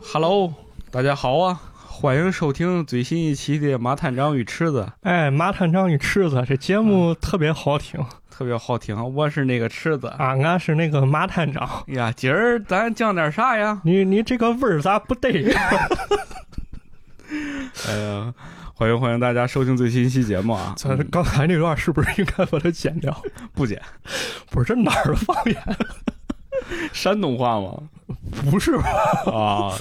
Hello，大家好啊！欢迎收听最新一期的《马探长与池子》，哎，麻探长与池子这节目特别好听、特别好听啊。我是那个池子。啊！俺是那个麻探长，呀，今儿咱讲点啥呀？你你这个味儿咋不对？哎呀，欢迎欢迎大家收听最新一期节目 啊！咱刚才那段是不是应该把它剪掉？不剪不是这哪儿的方言？山东话吗？不是吧？ 啊，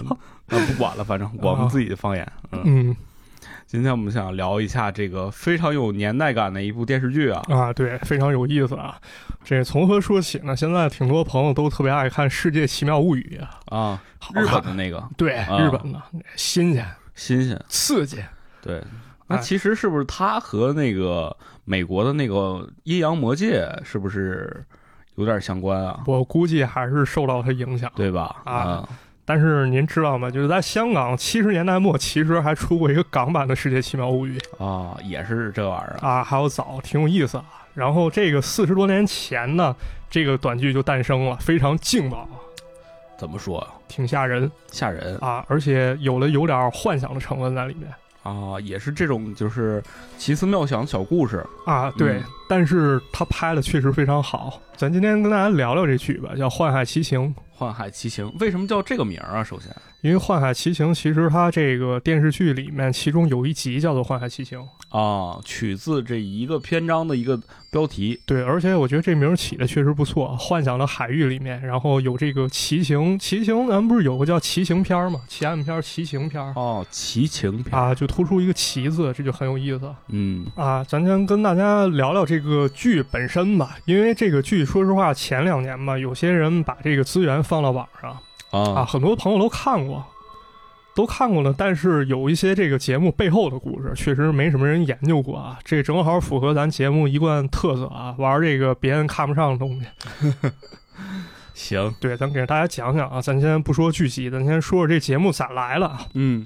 那不管了，反正我们自己的方言。嗯，嗯 今天我们想聊一下这个非常有年代感的一部电视剧啊。啊，对，非常有意思啊。这从何说起呢？现在挺多朋友都特别爱看《世界奇妙物语》，啊，好看日本的那个对、啊日本的新鲜新鲜，刺激。对。那哎其实是不是它和那个美国的那个《阴阳魔界》是不是有点相关啊？我估计还是受到它影响。对吧？啊，但是您知道吗？就是在香港七十年代末，其实还出过一个港版的《世界奇妙物语》。啊，也是这玩意儿啊。啊，还有早，挺有意思啊。然后这个四十多年前呢，这个短剧就诞生了，非常劲爆，啊怎么说呀？挺吓人吓人啊，而且有了有点幻想的成分在里面啊，也是这种就是奇思妙想小故事啊。对，嗯但是他拍的确实非常好。咱今天跟大家聊聊这剧吧，叫《幻海奇行》。 《幻海奇行》。为什么叫这个名儿啊？首先因为《幻海奇行》其实它这个电视剧里面，其中有一集叫做《幻海奇行》，啊，取自这一个篇章的一个标题对，而且我觉得这名儿起的确实不错，啊幻想的海域里面，然后有这个骑行，骑行，咱们不是有个叫骑行片儿吗？奇案片儿、骑行片儿哦，奇情片。啊，就突出一个“骑”字，这就很有意思嗯啊。咱先跟大家聊聊这个剧本身吧，因为这个剧，说实话，前两年吧，有些人把这个资源放到网上啊，啊很多朋友都看过，都看过了，但是有一些这个节目背后的故事，确实没什么人研究过啊。这正好符合咱节目一贯特色啊，玩这个别人看不上的东西。行，对，咱给大家讲讲啊，咱先不说剧集，咱先说说这节目咋来了啊。嗯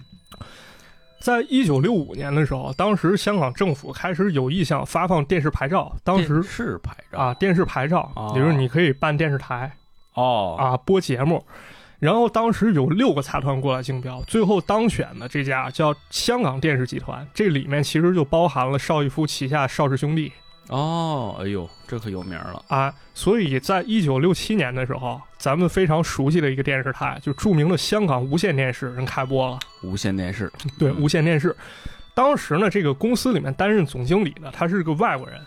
在一九六五年的时候，当时香港政府开始有意向发放电视牌照，当时嗯电视拍照啊，电视牌照哦，也就是你可以办电视台哦啊，播节目。然后当时有六个财团过来竞标，最后当选的这家叫香港电视集团，这里面其实就包含了邵逸夫旗下邵氏兄弟哦，哎呦，这可有名儿了啊。所以在一九六七年的时候，咱们非常熟悉的一个电视台，就著名的香港无线电视人开播了。无线电视对，嗯无线电视。当时呢，这个公司里面担任总经理的，他是个外国人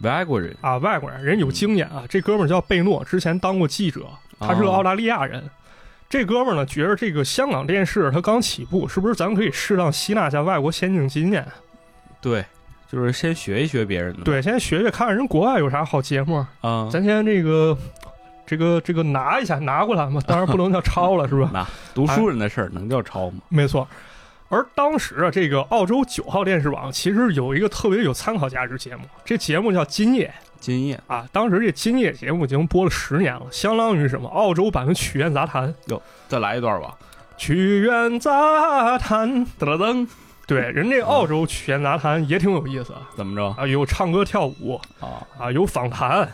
外国人啊，外国人人有经验啊。这哥们儿叫贝诺，之前当过记者，他是个嗯哦澳大利亚人。这哥们儿呢，觉得这个香港电视他刚起步，是不是咱可以适当吸纳一下外国先进经验？对，就是先学一学别人的对，先学学看看人国外有啥好节目，啊，咱先这个这个这个拿一下拿过 来嘛。当然不能叫抄了，是吧？ 那读书人的事儿能叫抄吗？没错。而当时啊，这个澳洲九号电视网其实有一个特别有参考价值节目，这节目叫《今夜今夜》啊。当时这《今夜》节目已经播了十年了，相当于什么澳洲版的《曲苑杂谈》。《再来一段吧，曲苑杂谈》噔噔噔，对，人这澳洲《曲苑杂谈》也挺有意思怎么着啊，有唱歌跳舞啊？啊，有访谈，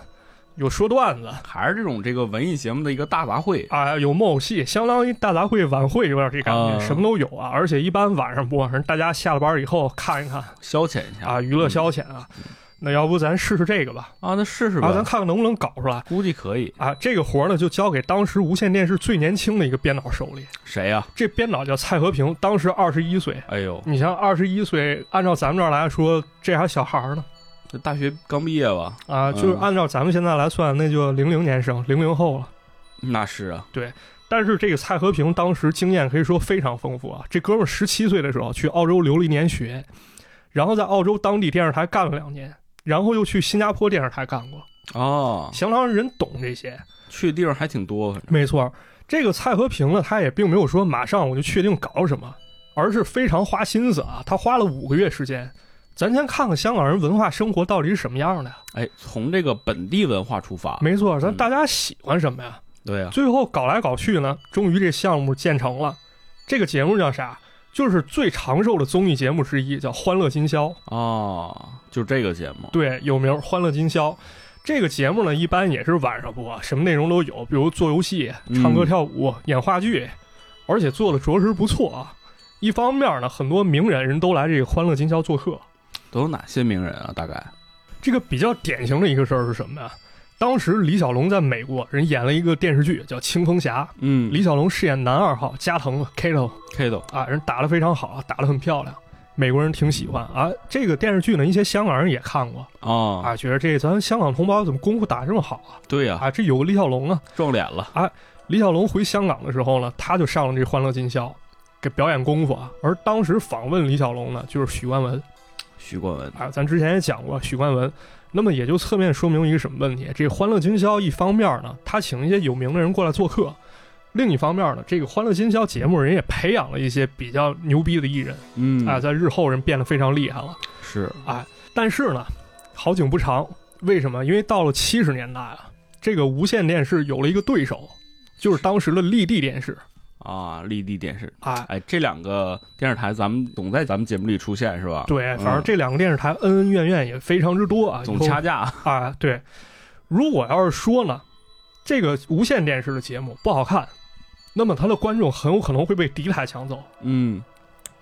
有说段子还是这种这个文艺节目的一个大杂烩啊，有木偶戏，相当于大杂烩晚会有点这感啊觉，什么都有啊。而且一般晚上播，人大家下了班以后看一看。消遣一下啊，娱乐消遣啊。那要不咱试试这个吧？嗯啊，那试试啊，咱吧，看看能不能搞出来估计可以。啊。这个活儿呢，就交给当时无线电视最年轻的一个编导手里。谁呀？这编导叫蔡和平，当时二十一岁。哎呦，你像二十一岁，按照咱们这儿来说，这还小孩儿呢这大学刚毕业吧？啊，嗯就是按照咱们现在来算，那就零零年生，零零后了。那是啊，但是这个蔡和平当时经验可以说非常丰富啊。这哥们儿十七岁的时候去澳洲留了一年学，然后在澳洲当地电视台干了两年，然后又去新加坡电视台干过，哦，相当于人懂这些。去的地方还挺多，反正没错，这个蔡和平呢，他也并没有说马上我就确定搞什么，而是非常花心思啊，他花了五个月时间。咱先看看香港人文化生活到底是什么样的呀？啊哎，从这个本地文化出发，没错，咱嗯大家喜欢什么呀？对呀，最后搞来搞去呢，终于这项目建成了。这个节目叫啥？就是最长寿的综艺节目之一，叫《欢乐今宵》。哦，就这个节目对，有名《欢乐今宵》。这个节目呢，一般也是晚上播，什么内容都有，比如做游戏、唱歌嗯跳舞、演话剧，而且做的着实不错啊。一方面呢，很多名人人都来这个欢乐今宵做客。都有哪些名人啊？大概这个比较典型的一个事儿是什么呀？当时李小龙在美国人演了一个电视剧叫《清风侠》，嗯李小龙饰演男二号加藤 Kato Kato 啊，人打得非常好，打得很漂亮，美国人挺喜欢啊。这个电视剧呢，一些香港人也看过啊，啊，觉得这咱香港同胞怎么功夫打得这么好啊？对呀，啊，这有个李小龙啊，撞脸了，李小龙回香港的时候呢，他就上了这《欢乐今宵》，给表演功夫啊。而当时访问李小龙呢，就是许冠文许冠文啊，咱之前也讲过许冠文。那么也就侧面说明一个什么问题？这《欢乐今宵》一方面呢，他请一些有名的人过来做客；另一方面呢，这个《欢乐今宵》节目人也培养了一些比较牛逼的艺人嗯啊，在日后人变得非常厉害了。是哎但是呢，好景不长，为什么？因为到了七十年代啊，这个无线电视有了一个对手，就是当时的立地电视啊，丽地电视。啊。哎，这两个电视台咱们总在咱们节目里出现是吧？，对，反正嗯这两个电视台恩恩怨怨也非常之多啊。总以后掐架。啊，对。如果要是说呢，这个无线电视的节目不好看，那么它的观众很有可能会被敌台抢走。嗯，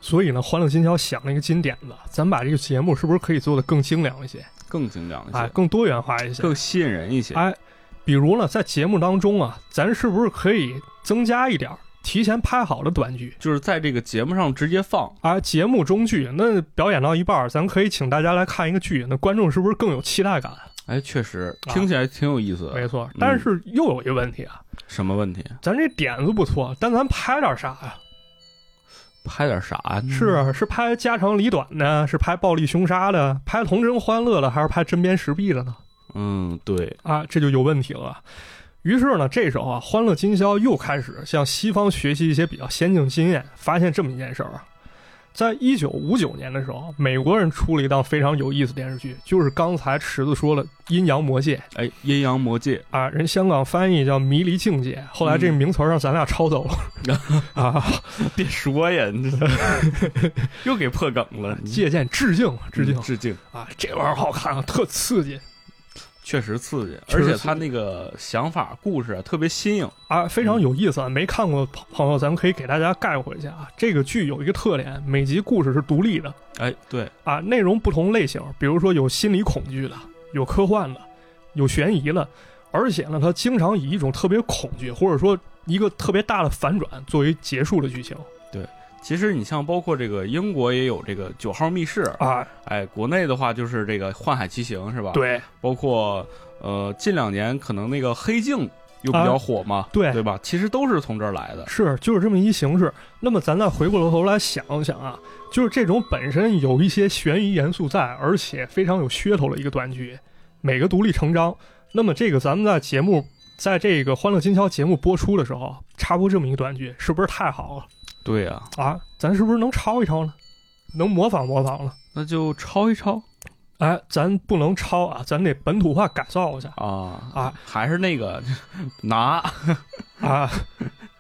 所以呢，《欢乐今宵》想了一个金点子，咱把这个节目是不是可以做得更精良一些，更精良一哎，些，更多元化一些？更吸引人一些。哎，比如呢，在节目当中啊，咱是不是可以增加一点儿提前拍好的短剧？就是在这个节目上直接放，啊，节目中剧，那表演到一半儿，咱可以请大家来看一个剧，那观众是不是更有期待感？哎，确实啊听起来挺有意思的。没错，但是又有一个问题啊，什么问题？咱这点子不错，但咱拍点啥呀、拍点啥呢？是啊是拍家长里短的，是拍暴力凶杀的，拍童真欢乐的，还是拍针砭时弊的呢？嗯，对，啊，这就有问题了。于是呢，这时候啊，《欢乐今宵》又开始向西方学习一些比较先进经验，发现这么一件事儿啊，在一九五九年的时候，美国人出了一档非常有意思的电视剧，就是刚才池子说了《阴阳魔界》哎，阴阳魔界啊，人香港翻译叫《迷离境界》，后来这名词儿让咱俩抄走了、啊，别说呀，你这 又给破梗了，借鉴致敬致敬、嗯致敬，啊，这玩意儿好看啊，特刺激确实刺激，确而实刺且激他那个想法、故事啊特别新颖。啊，非常有意思啊！没看过的朋友，咱们可以给大家概括一下啊。这个剧有一个特点，每集故事是独立的哎，对，啊，内容不同类型，比如说有心理恐惧的，有科幻的，有悬疑的，而且呢，它经常以一种特别恐惧或者说一个特别大的反转作为结束的剧情其实你像包括这个英国也有这个九号密室，啊。哎，国内的话就是这个《幻海奇行》是吧？，对包括呃近两年可能那个《黑镜》又比较火嘛，啊对对吧？其实都是从这儿来的。是，就是这么一形式。那么咱再回过头来想一想啊，就是这种本身有一些悬疑元素在，而且非常有噱头的一个短剧，每个独立成章。那么这个咱们在节目，在这个《欢乐今宵》节目播出的时候，插播这么一个短剧，是不是太好了对呀、啊？咱是不是能抄一抄呢？能模仿模仿了？那就抄一抄哎，咱不能抄啊，咱得本土化改造一下啊啊，还是那个拿啊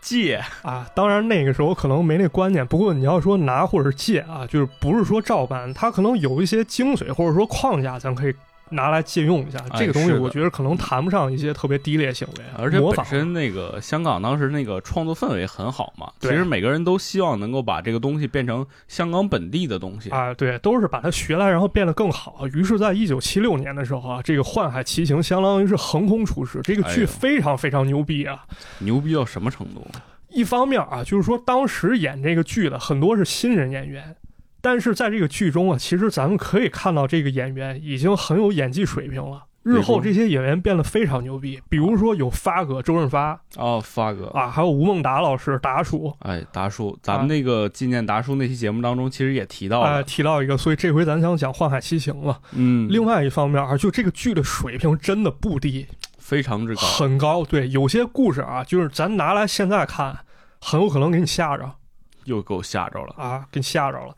借，啊！当然那个时候可能没那观念，不过你要说拿或者借啊，就是不是说照搬，它可能有一些精髓或者说框架，咱可以拿来借用一下。哎这个东西是的我觉得可能谈不上一些特别低劣行为，啊而且模本仿身那个香港当时那个创作氛围很好嘛，其对实每个人都希望能够把这个东西变成香港本地的东西。啊，对，都是把它学来，然后变得更好。啊于是，在一九七六年的时候啊，这个《幻海奇行》相当于是横空出世，这个哎剧呦非常非常牛逼啊！牛逼到什么程度？一方面啊，就是说当时演这个剧的很多是新人演员，但是在这个剧中啊，其实咱们可以看到这个演员已经很有演技水平了。日后这些演员变得非常牛逼，比如说有发哥周润发哦，发哥，啊，还有吴孟达老师达叔哎，达叔，咱们那个纪念达叔那期节目当中，其实也提到啊、了，提到一个，所以这回咱想讲《幻海奇行》了。嗯，另外一方面啊，就这个剧的水平真的不低，非常之高，很高。对，有些故事啊，就是咱拿来现在看，很有可能给你吓着。又给我吓着了。啊，给你吓着了。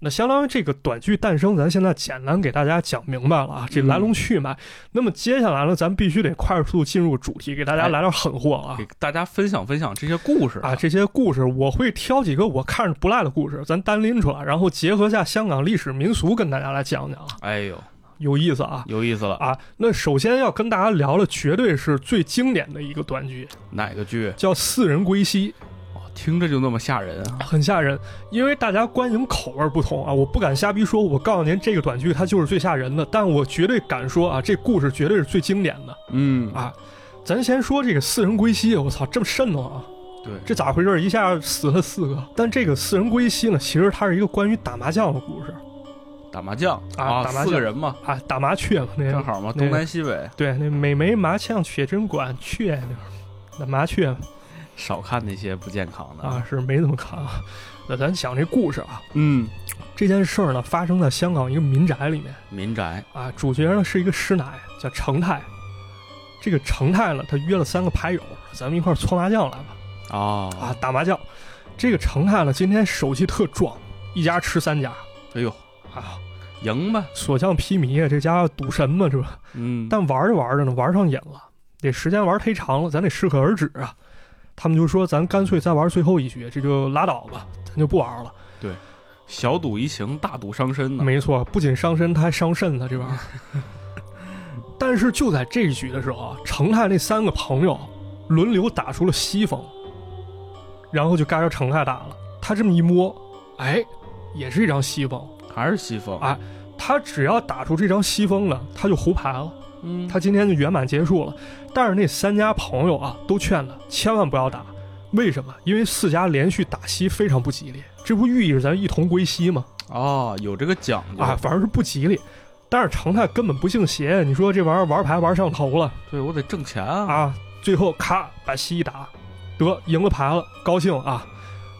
那相当于这个短剧诞生，咱现在简单给大家讲明白了啊，这来龙去脉。那么接下来呢，咱必须得快速进入主题，给大家哎来点狠货啊给！大家分享分享这些故事啊，这些故事我会挑几个我看着不赖的故事，咱单拎出来，然后结合下香港历史民俗跟大家来讲讲啊，哎呦，有意思啊！有意思了。啊，那首先要跟大家聊的绝对是最经典的一个短剧，哪个剧？叫《四人归西哦听着就那么吓人啊！很吓人，因为大家观影口味不同啊，我不敢瞎逼说，我告诉您这个短剧它就是最吓人的，但我绝对敢说啊，这故事绝对是最经典的。嗯啊咱先说这个四人归西，我操，这么瘆得慌啊！对，这咋回事？一下死了四个。但这个四人归西呢，其实它是一个关于打麻将的故事打麻将啊打麻将四个人嘛，啊，打麻雀嘛，那正啊个好嘛，那东南西北，对，那美眉麻将雪真馆雀那儿，那麻雀嘛少看那些不健康的啊。是没怎么看啊。那咱讲这故事啊，嗯，这件事儿呢发生在香港一个民宅里面。民宅，啊，主角呢是一个师奶，叫程太。这个程太呢，他约了三个牌友，咱们一块儿搓麻将来吧，哦啊，，打麻将。这个程太呢，今天手气特壮，一家吃三家哎呦，啊，赢吧，所向披靡啊，这家伙赌神嘛，是吧？嗯，但玩着玩着呢，玩上瘾了，这时间玩忒长了，咱得适可而止啊。他们就说，咱干脆再玩最后一局，这就拉倒吧，咱就不玩了。小赌怡情，大赌伤身嗯呢，没错，不仅伤身，他还伤肾呢，这玩意儿。但是就在这一局的时候啊，程泰那三个朋友轮流打出了西风，然后就该着程泰打了。他这么一摸，哎，也是一张西风。还是西风啊他只要打出这张西风呢，他就胡牌了，嗯，他今天就圆满结束了。但是那三家朋友啊，都劝他千万不要打，为什么？因为四家连续打西非常不吉利，这不寓意着咱一同归西吗？哦，有这个讲究啊，，反正是不吉利。但是常泰根本不信邪，你说这玩意儿玩牌玩上头了对我得挣钱嗯啊，啊，最后咔把西一打，得赢了牌了，高兴啊！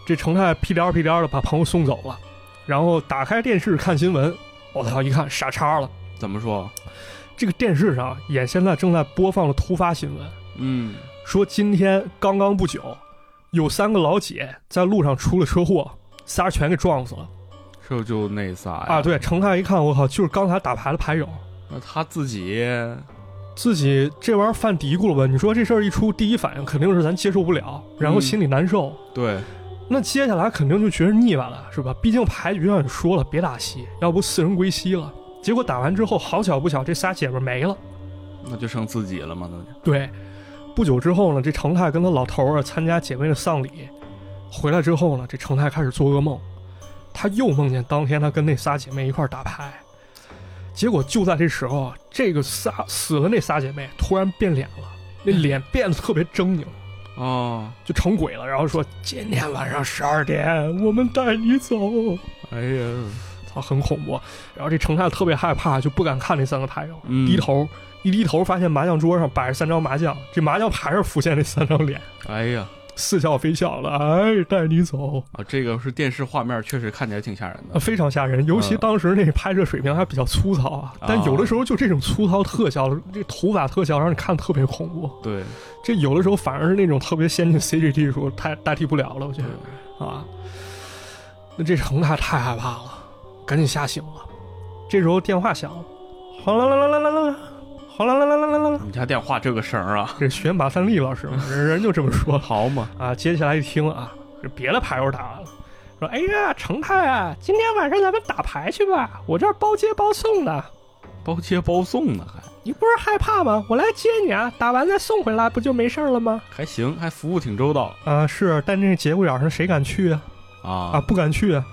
这常泰屁颠儿屁颠儿的把朋友送走了，然后打开电视看新闻，我操，一看傻叉了，怎么说？这个电视上啊也现在正在播放了突发新闻，嗯，说今天刚刚不久，有三个老姐在路上出了车祸，仨全给撞死了这就那仨呀哎啊！，对，常泰一看，我靠，就是刚才打牌的牌友。那他自己自己这玩意儿犯嘀咕了吧？你说这事儿一出，第一反应肯定是咱接受不了，然后心里难受。对，那接下来肯定就觉得腻歪了，是吧？ 毕竟牌局上也说了别打西，要不四人归西了。结果打完之后，好巧不巧，这仨姐们儿没了。那就剩自己了嘛，那就对，不久之后呢，这程泰跟他老头儿啊参加姐妹的丧礼，回来之后呢，这程泰开始做噩梦，他又梦见当天他跟那仨姐妹一块儿打牌，结果就在这时候啊，这个仨死了那仨姐妹突然变脸了，那脸变得特别狰狞，哦，就成鬼了，然后说今天晚上十二点我们带你走，哎呀，操，很恐怖。然后这程泰特别害怕，就不敢看那三个牌友，嗯低头。一低头，发现麻将桌上摆着三张麻将，这麻将牌上浮现那三张脸，哎呀，似笑非笑了，哎，带你走，啊，这个是电视画面，确实看起来挺吓人呃的。非常吓人。尤其嗯当时那个拍摄水平还比较粗糙啊，但有的时候就这种粗糙特效，这土法特效让你看特别恐怖。对，这有的时候反而是那种特别先进 CG 技术太代替不了了，我觉对得啊。那这程太太害怕了，赶紧吓醒了。这时候电话响了，哗啦啦啦啦啦啦啦，哗啦啦啦啦啦啦啦。你家电话这个绳儿啊，这选马三立老师嘛，人人就这么说。好嘛，啊，接下来一听啊，是别的牌友打完了，说：“哎呀，程泰啊，今天晚上咱们打牌去吧，我这儿包接包送呢。包接包送呢，还你不是害怕吗？我来接你啊，打完再送回来，不就没事儿了吗还行，还服务挺周到？”啊，是，但这节骨眼上谁敢去啊？啊，啊，不敢去啊。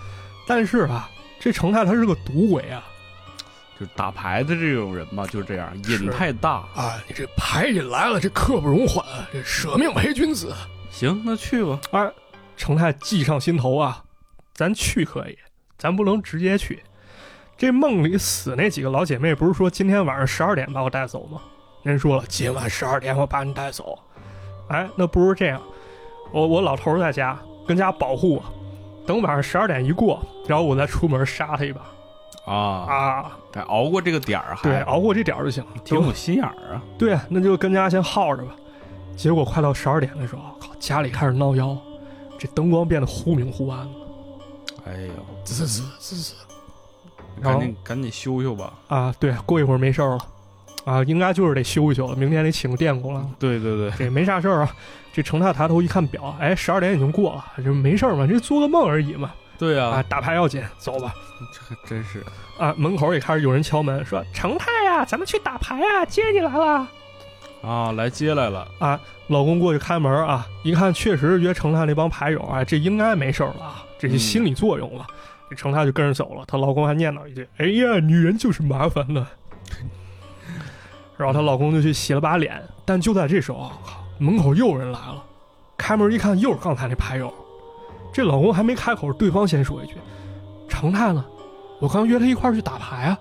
但是啊，这程泰他是个赌鬼啊就是打牌的这种人嘛，就是这样，是瘾太大。啊！你这牌瘾来了，这刻不容缓，这舍命陪君子。行，那去吧。啊，程泰计上心头啊，咱去可以，咱不能直接去。这梦里死那几个老姐妹不是说今天晚上十二点把我带走吗？人说了，今晚十二点我把你带走。哎，那不如这样，我我老头儿在家跟家保护我，等晚上十二点一过，然后我再出门杀他一把啊，啊！得熬过这个点儿，对，还熬过这点儿就行了。挺有心眼儿啊。对，那就跟家先耗着吧。结果快到十二点的时候，靠，家里开始闹妖，这灯光变得忽明忽暗了。哎呦，滋滋滋滋然赶后紧赶紧修修吧。啊！对，过一会儿没事儿了，啊，应该就是得休息休了，明天得请个电工了。对对对，这没啥事儿啊。这程泰抬头一看表，哎，十二点已经过了，这没事儿嘛，这做个梦而已嘛。对啊，啊，打牌要紧，走吧。这还真是啊，门口也开始有人敲门，说：“程泰啊，咱们去打牌啊，接你来了。啊，来接来了，啊，老公过去开门啊，一看确实约成泰那帮牌友，哎，这应该没事儿了啊，这是心理作用了。这成泰就跟着走了，她老公还念叨一句：“哎呀，女人就是麻烦了。” 然后她老公就去洗了把脸，但就在这时候，啊靠门口又有人来了，开门一看又是刚才那牌友。这老公还没开口，对方先说一句：“成泰呢？我刚约他一块儿去打牌啊。”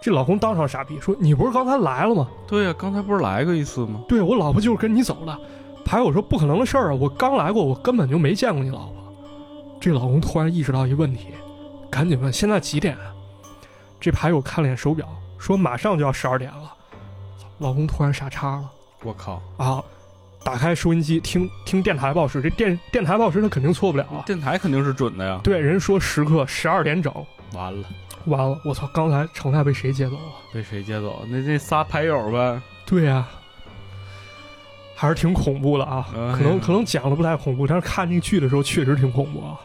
这老公当场傻逼，说：“你不是刚才来了吗？”对呀、刚才不是来过一次吗？对我老婆就是跟你走的。牌友说不可能的事儿啊，我刚来过，我根本就没见过你老婆。这老公突然意识到一问题，赶紧问现在几点啊？这牌友看了眼手表，说马上就要十二点了。老公突然傻叉了我靠，啊！打开收音机听听电台报时，这电电台报时他肯定错不了啊。电台肯定是准的呀。对，人说时刻十二点整，完了，完了，我操！刚才成泰被谁接走了？被谁接走？那那仨牌友呗。对呀、还是挺恐怖的啊。嗯。可能可能讲的不太恐怖，但是看这个剧的时候确实挺恐怖啊。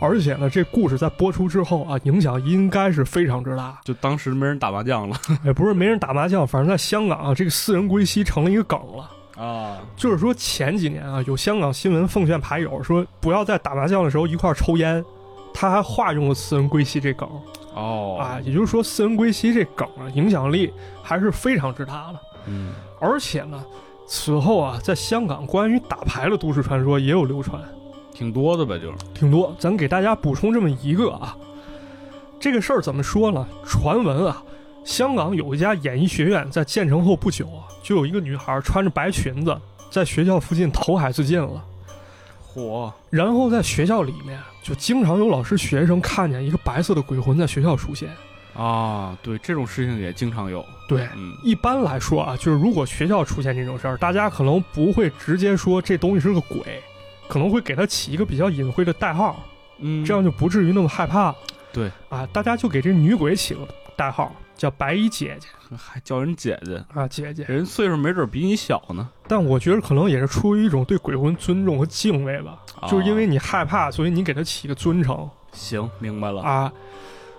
而且呢，这故事在播出之后啊，影响应该是非常之大就当时没人打麻将了也不是没人打麻将，反正在香港啊，这个四人归西成了一个梗了。啊。就是说前几年啊，有香港新闻奉劝牌友说，不要在打麻将的时候一块儿抽烟。他还化用了“四人归西”这梗哦啊，也就是说，“四人归西”这梗啊，影响力还是非常之大的。嗯，而且呢，此后啊，在香港关于打牌的都市传说也有流传。挺多的呗，就是挺多。咱给大家补充这么一个啊，这个事儿怎么说呢？传闻啊，香港有一家演艺学院在建成后不久啊，就有一个女孩穿着白裙子在学校附近投海自尽了。嚯，然后在学校里面，就经常有老师、学生看见一个白色的鬼魂在学校出现。啊，对，这种事情也经常有。对，嗯，一般来说啊，就是如果学校出现这种事儿，大家可能不会直接说这东西是个鬼，可能会给它起一个比较隐晦的代号，嗯，这样就不至于那么害怕了。对啊，大家就给这女鬼起个代号，叫白衣姐姐还叫人姐姐，啊，姐姐。人岁数没准比你小呢。但我觉得可能也是出于一种对鬼魂尊重和敬畏吧，就是因为啊你害怕，所以你给她起个尊称行，明白了。啊。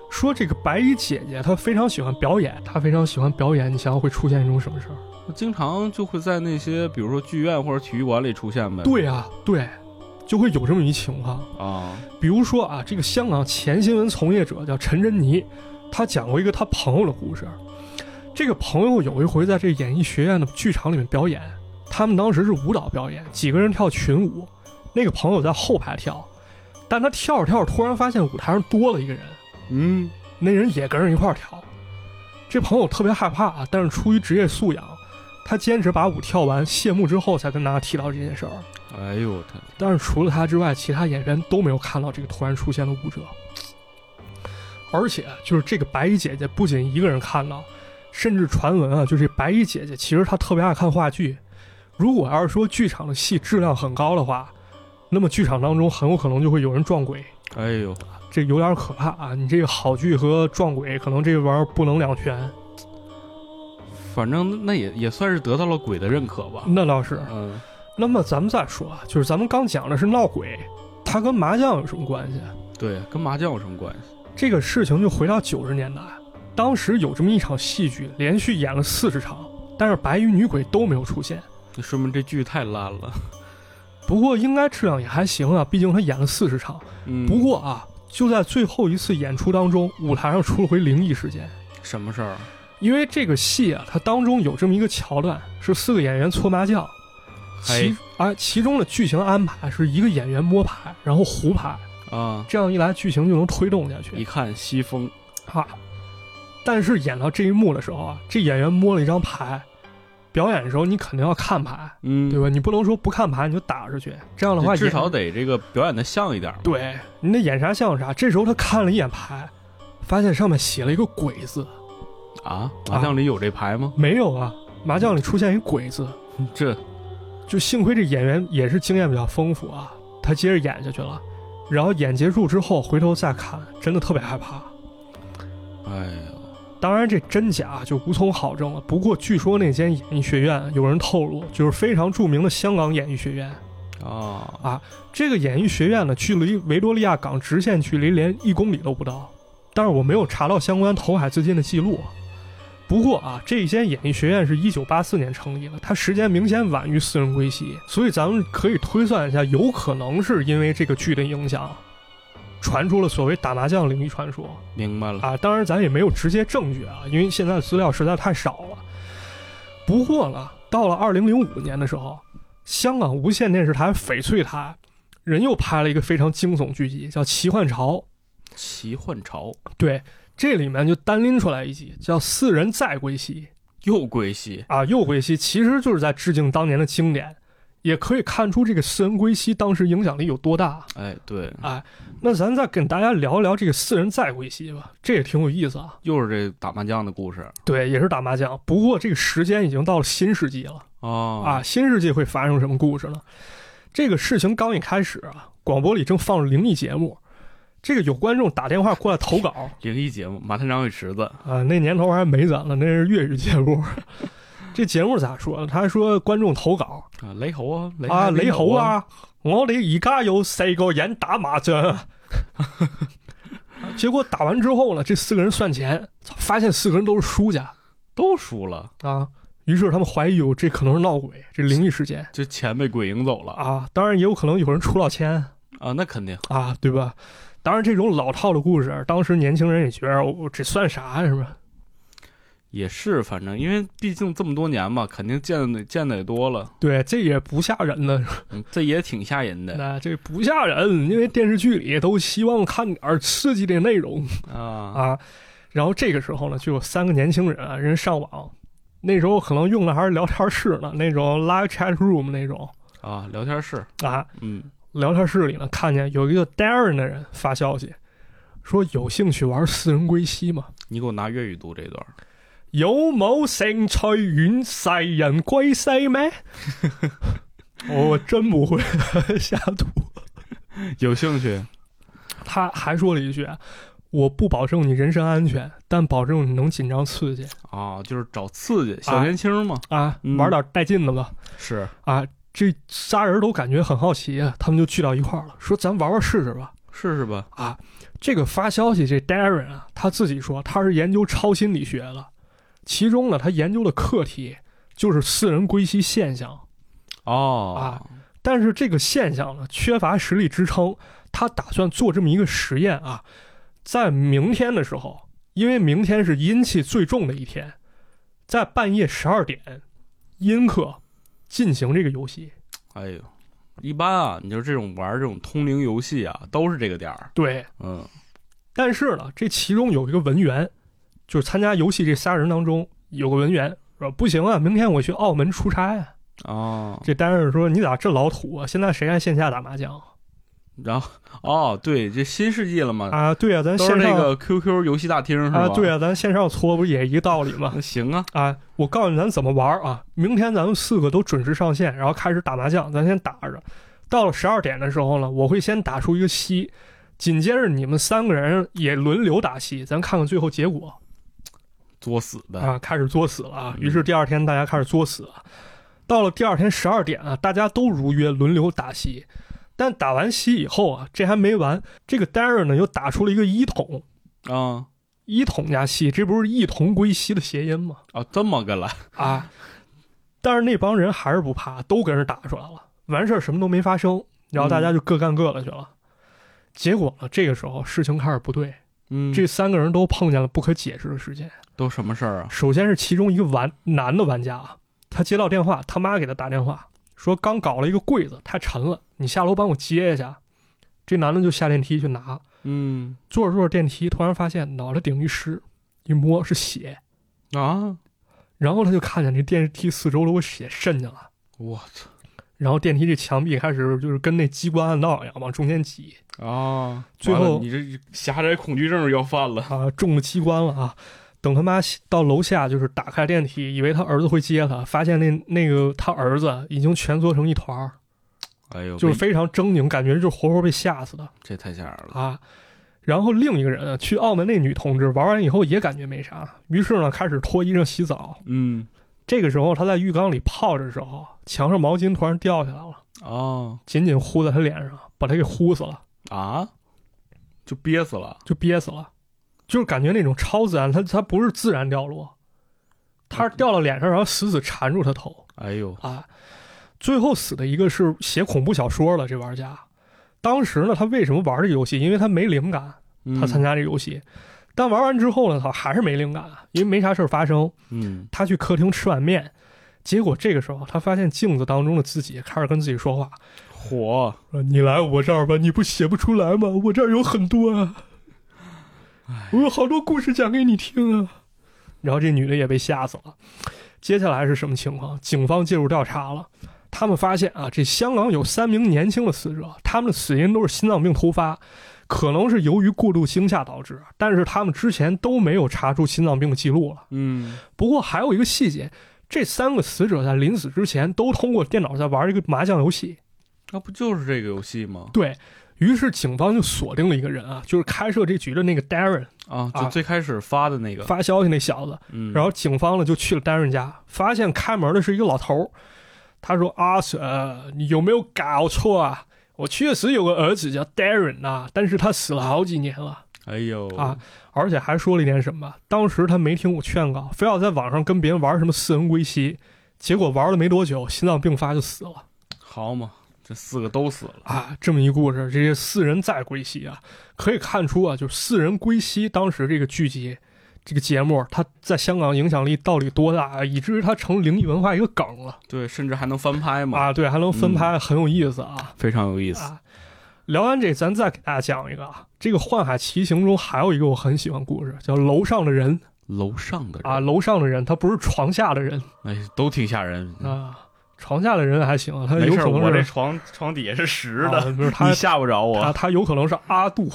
说这个白衣姐姐她非常喜欢表演，她非常喜欢表演，你想想会出现一种什么事儿？经常就会在那些比如说剧院或者体育馆里出现呗。对啊，对，就会有这么一情况。啊，比如说啊，这个香港前新闻从业者叫陈珍妮，她讲过一个她朋友的故事。这个朋友有一回在这演艺学院的剧场里面表演，他们当时是舞蹈表演，几个人跳群舞，那个朋友在后排跳，但他跳着跳着突然发现舞台上多了一个人，嗯，那人也跟着一块儿跳。这朋友特别害怕啊，但是出于职业素养，他坚持把舞跳完，谢幕之后才跟大家提到这件事儿。哎呦我天，但是除了他之外，其他演员都没有看到这个突然出现的舞者。而且就是这个白衣姐姐不仅一个人看到，甚至传闻啊，就是白衣姐姐其实她特别爱看话剧。如果要是说剧场的戏质量很高的话，那么剧场当中很有可能就会有人撞鬼，哎呦，这有点可怕啊！你这个好剧和撞鬼，可能这玩意儿不能两全。反正那也也算是得到了鬼的认可吧。那倒是。嗯，那么咱们再说啊，就是咱们刚讲的是闹鬼，它跟麻将有什么关系？啊对，跟麻将有什么关系？这个事情就回到九十年代，当时有这么一场戏剧，连续演了四十场，但是白衣女鬼都没有出现。那说明这剧太烂了。不过应该质量也还行啊，毕竟她演了四十场。嗯，不过啊，就在最后一次演出当中，舞台上出了回灵异事件。什么事儿？因为这个戏啊，它当中有这么一个桥段，是四个演员搓麻将，嘿哎其啊其中的剧情安排是一个演员摸牌，然后胡牌，啊，这样一来剧情就能推动下去。一看西风，啊！但是演到这一幕的时候啊，这演员摸了一张牌，表演的时候你肯定要看牌，嗯对吧？你不能说不看牌你就打出去，这样的话至演少得这个表演的像一点嘛。对你得演啥像啥。这时候他看了一眼牌，发现上面写了一个“鬼”字，啊，麻将里有这牌吗？没有啊，麻将里出现一“鬼”字，嗯这就幸亏这演员也是经验比较丰富啊，他接着演下去了。然后演结束之后回头再看，真的特别害怕。哎呦，当然，这真假就无从考证了。不过，据说那间演艺学院有人透露，就是非常著名的香港演艺学院。啊，这个演艺学院呢，距离维多利亚港直线距离连一公里都不到，但是我没有查到相关投海资金的记录。不过啊，这间演艺学院是一九八四年成立的，它时间明显晚于私人归西，所以咱们可以推算一下，有可能是因为这个剧的影响，传出了所谓打麻将灵异传说明白了，啊。当然，咱也没有直接证据啊，因为现在资料实在太少了。不过呢，到了二零零五年的时候，香港无线电视台翡翠台人又拍了一个非常惊悚剧集，叫《奇幻潮》。奇幻潮对，这里面就单拎出来一集，叫《四人再归西》。又归西，啊，右归西其实就是在致敬当年的经典，也可以看出这个四人归西当时影响力有多大。啊哎，对，那咱再跟大家聊一聊这个四人再归西吧，这也挺有意思啊。又是这打麻将的故事对，也是打麻将，不过这个时间已经到了新世纪了哦啊。新世纪会发生什么故事呢？这个事情刚一开始啊，广播里正放着灵异节目，这个有观众打电话过来投稿，灵异节目《马探长与池子》啊，那年头还没咱了，那是粤语节目。 这节目咋说呢？他说观众投稿，啊，雷猴啊，雷啊，雷你好猴，啊！我哋而家有四个人打麻将， 结果打完之后呢，这四个人算钱，发现四个人都是输家都输了，啊。于是他们怀疑有这可能是闹鬼，这灵异事件这钱被鬼赢走了啊。当然也有可能有人出老千啊，那肯定啊，对吧？当然，这种老套的故事，当时年轻人也觉得我、这算啥呀，是吧？也是，反正因为毕竟这么多年嘛，肯定见的见的也多了，对，这也不吓人呢，嗯这也挺吓人的那这不吓人，因为电视剧里都希望看点儿刺激的内容。啊啊，然后这个时候呢，就有三个年轻人啊，人上网，那时候可能用的还是聊天室呢，那种 live chat room 那种啊，聊天室，啊，嗯，聊天室里呢，看见有一个 Darren 的人发消息，说有兴趣玩四人归西吗？你给我拿粤语读这段，有冇兴趣玩四人归西咩？ 我真不会瞎读。有兴趣？他还说了一句：“啊我不保证你人身安全，但保证你能紧张刺激啊，就是找刺激，小年轻嘛，啊，嗯玩点带劲的吧。”是啊，这仨人都感觉很好奇啊，他们就聚到一块儿了，说咱玩玩试试吧。试试吧，啊，这个发消息这 Darren 啊，他自己说他是研究超心理学的，其中呢，他研究的课题就是四人归西现象，啊哦但是这个现象呢，缺乏实力支撑。他打算做这么一个实验啊，在明天的时候，因为明天是阴气最重的一天，在半夜十二点，阴客进行这个游戏。哎呦，一般啊，你就这种玩这种通灵游戏啊，都是这个点儿，对，嗯，但是呢，这其中有一个文员，就是参加游戏这仨人当中有个文员说：“不行啊，明天我去澳门出差啊。哦”，这单人说：“你咋这老土啊？现在谁还线下打麻将啊然后哦，对，这新世纪了嘛，啊？对啊，咱都是线那上个 QQ 游戏大厅是吧？啊，对啊，咱线上搓不也一个道理吗那？行啊，啊，我告诉你咱怎么玩啊！明天咱们四个都准时上线，然后开始打麻将，咱先打着。到了十二点的时候呢，我会先打出一个西，紧接着你们三个人也轮流打西，咱看看最后结果。作死的，啊，开始作死了啊！嗯于是第二天大家开始作死了。到了第二天十二点啊，大家都如约轮流打戏，但打完戏以后啊，这还没完，这个 Darren 呢又打出了一个一桶，啊一桶加戏，这不是一同归西的谐音吗？啊，这么个了，啊！但是那帮人还是不怕，都跟人打出来了，完事儿什么都没发生，然后大家就各干各的去了。结果呢，这个时候事情开始不对，嗯，这三个人都碰见了不可解释的事件。都什么事儿啊？首先是其中一个玩男的玩家啊，他接到电话，他妈给他打电话说刚搞了一个柜子太沉了，你下楼帮我接一下。这男的就下电梯去拿，嗯坐着坐着电梯，突然发现脑袋顶一湿，一摸是血，啊，然后他就看见这电梯四周都有血渗进来，我操然后电梯这墙壁开始就是跟那机关暗道一样往中间挤啊！最完了后你这狭窄恐惧症要犯了，啊，中了机关了啊。等他妈到楼下，就是打开电梯，以为他儿子会接他，发现那那个他儿子已经蜷缩成一团儿，哎呦，就是被非常狰狞，感觉就是活活被吓死的这太吓人了，啊。然后另一个人啊，去澳门那女同志玩完以后也感觉没啥，于是呢开始脱衣裳洗澡。嗯这个时候她在浴缸里泡着的时候，墙上毛巾突然掉下来了，哦紧紧糊在她脸上，把她给糊死了，啊，就憋死了就憋死了，就是感觉那种超自然，它它不是自然掉落，他是掉到脸上，然后死死缠住他头哎呦，啊。最后死的一个是写恐怖小说的这玩家。当时呢，他为什么玩这游戏？因为他没灵感，他参加，加这游戏。但玩完之后呢，他还是没灵感，因为没啥事儿发生。嗯，他去客厅吃碗面，结果这个时候他发现镜子当中的自己开始跟自己说话火，：“说你来我这儿吧，你不写不出来吗？我这儿有很多啊，我有好多故事讲给你听啊。”然后这女的也被吓死了。接下来是什么情况？警方介入调查了，他们发现啊，这香港有三名年轻的死者，他们的死因都是心脏病突发。可能是由于过度惊吓导致，但是他们之前都没有查出心脏病的记录了。嗯，不过还有一个细节，这三个死者在临死之前都通过电脑在玩一个麻将游戏。那不就是这个游戏吗？对于是，警方就锁定了一个人啊，就是开设这局的那个 Darren 啊，啊就最开始发的那个，发消息那小子。嗯，然后警方呢就去了 Darren 家，发现开门的是一个老头儿。他说：“阿 Sir，你有没有搞错啊？我确实有个儿子叫 Darren 啊，但是他死了好几年了。”哎呦啊，而且还说了一点什么，当时他没听我劝告，非要在网上跟别人玩什么四人归西，结果玩了没多久，心脏病发就死了好嘛，这四个都死了，啊！这么一故事，这些四人再归西啊，可以看出啊，就是四人归西当时这个剧集。这个节目它在香港影响力到底多大，啊以至于它成灵异文化一个梗了对，甚至还能翻拍嘛，啊！对，还能分拍，很有意思啊！非常有意思。啊，聊完这，咱再给大家讲一个啊，这个《幻海奇行》中还有一个我很喜欢故事，叫《楼上的人》。楼上的人啊，，楼上的人，他不是床下的人哎，都挺吓人。啊。床下的人还行，他嗯没哎有事儿，可我这能是床床底下是实啊的，不是 你他吓不着他我。他有可能是阿杜，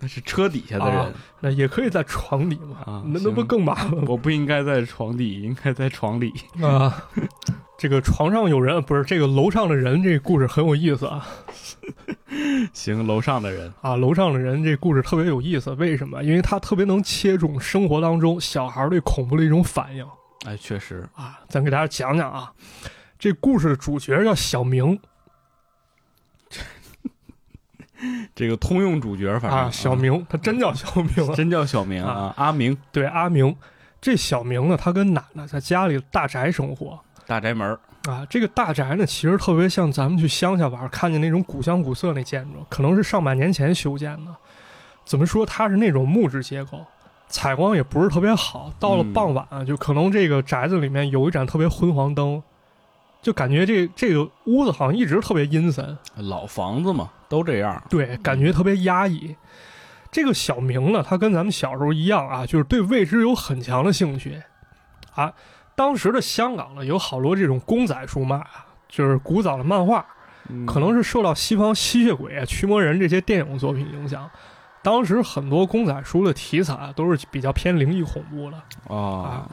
那是车底下的人，那也可以在床里嘛，啊啊那那不行更麻烦吗 我不应该在床底，应该在床里。啊？ 这个床上有人，不是这个楼上的人，这故事很有意思啊行，楼上的人，啊！楼上的人这故事特别有意思，为什么？因为他特别能切中生活当中小孩对恐怖的一种反应哎，确实，啊。咱给大家讲讲啊，这故事的主角叫小明这个通用主角，反正啊，小明，他真叫小明啊，真叫小明啊，阿明，对阿明，这小明呢，他跟奶奶在家里大宅生活大宅门儿，啊。这个大宅呢，其实特别像咱们去乡下玩看见那种古香古色那建筑，可能是上百年前修建的。怎么说？它是那种木质结构，采光也不是特别好。到了嗯傍晚啊，就可能这个宅子里面有一盏特别昏黄灯，就感觉这这个屋子好像一直特别阴森，老房子嘛，都这样。对，感觉特别压抑。这个小明呢，他跟咱们小时候一样啊，就是对未知有很强的兴趣啊。当时的香港呢，有好多这种公仔书漫啊，就是古早的漫画，嗯可能是受到西方吸血鬼、啊、驱魔人这些电影作品影响。当时很多公仔书的题材啊都是比较偏灵异恐怖的。啊，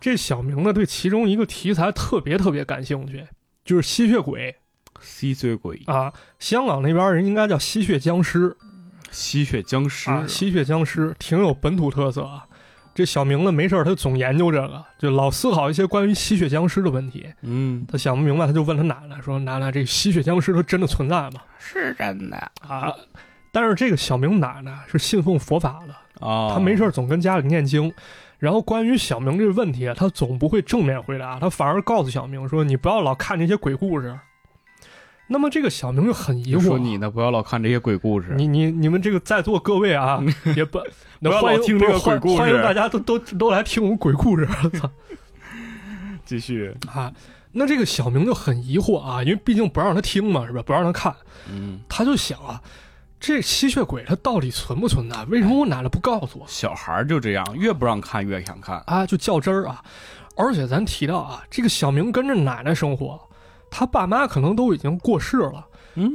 这小明呢，对其中一个题材特别特别感兴趣，就是吸血鬼吸血鬼，啊。香港那边人应该叫吸血僵尸，吸血僵尸啊，吸血僵尸挺有本土特色啊。这小明呢，没事儿他总研究这个，就老思考一些关于吸血僵尸的问题。嗯，他想不明白，他就问他奶奶说：“奶奶，这吸血僵尸它真的存在吗是真的？”啊，但是这个小明奶奶是信奉佛法的，啊，他没事儿总跟家里念经。然后关于小明这个问题啊，他总不会正面回答，他反而告诉小明说：“你不要老看这些鬼故事。”那么这个小明就很疑就惑，说你呢，不要老看这些鬼故事，你你你们这个在座各位啊， 也不不要欢迎老听这个不是欢鬼故事欢迎大家都都都来听我们鬼故事。操继续，啊！那这个小明就很疑惑啊，因为毕竟不让他听嘛，是吧？不让他看，嗯，他就想啊，这吸血鬼它到底存不存在？为什么我奶奶不告诉我小孩儿就这样，越不让看越想看，啊？就较真儿啊！而且咱提到啊，这个小明跟着奶奶生活，他爸妈可能都已经过世了，嗯，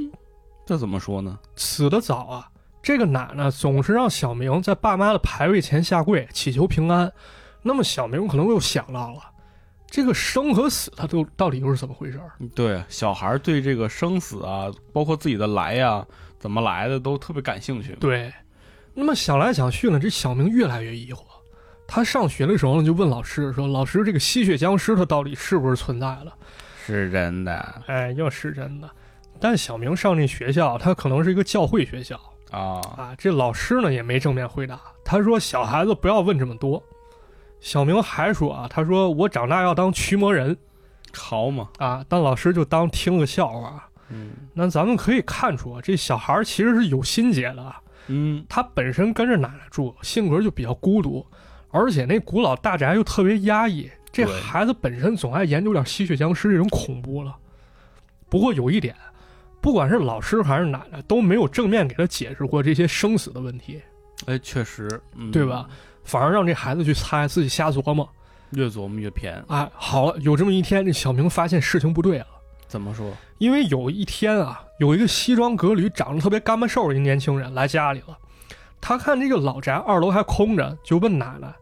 这怎么说呢？死得早啊。这个奶奶总是让小明在爸妈的牌位前下跪祈求平安，那么小明可能又想到了，这个生和死它都到底又是怎么回事儿对，小孩儿对这个生死啊，包括自己的来呀、怎么来的，都特别感兴趣。对，那么想来想去呢，这小明越来越疑惑。他上学的时候呢，就问老师说：“老师，这个吸血僵尸它到底是不是存在了是真的？”哎，要是真的，但小明上这学校，它可能是一个教会学校，啊，啊，这老师呢也没正面回答，他说小孩子不要问这么多。小明还说啊，他说我长大要当驱魔人潮嘛，啊，但老师就当听个笑话。嗯那咱们可以看出啊，这小孩儿其实是有心结的啊，嗯，他本身跟着奶奶住，性格就比较孤独，而且那古老大宅又特别压抑。这对孩子本身总爱研究点吸血僵尸这种恐怖了。不过有一点，不管是老师还是奶奶，都没有正面给他解释过这些生死的问题，哎，确实，嗯、对吧？？反而让这孩子去猜，自己瞎琢磨。越琢磨越偏，哎，好了，有这么一天，这小明发现事情不对了，啊怎么说？因为有一天啊，有一个西装革履、长得特别干巴瘦的一年轻人来家里了，他看这个老宅二楼还空着，就问奶奶：“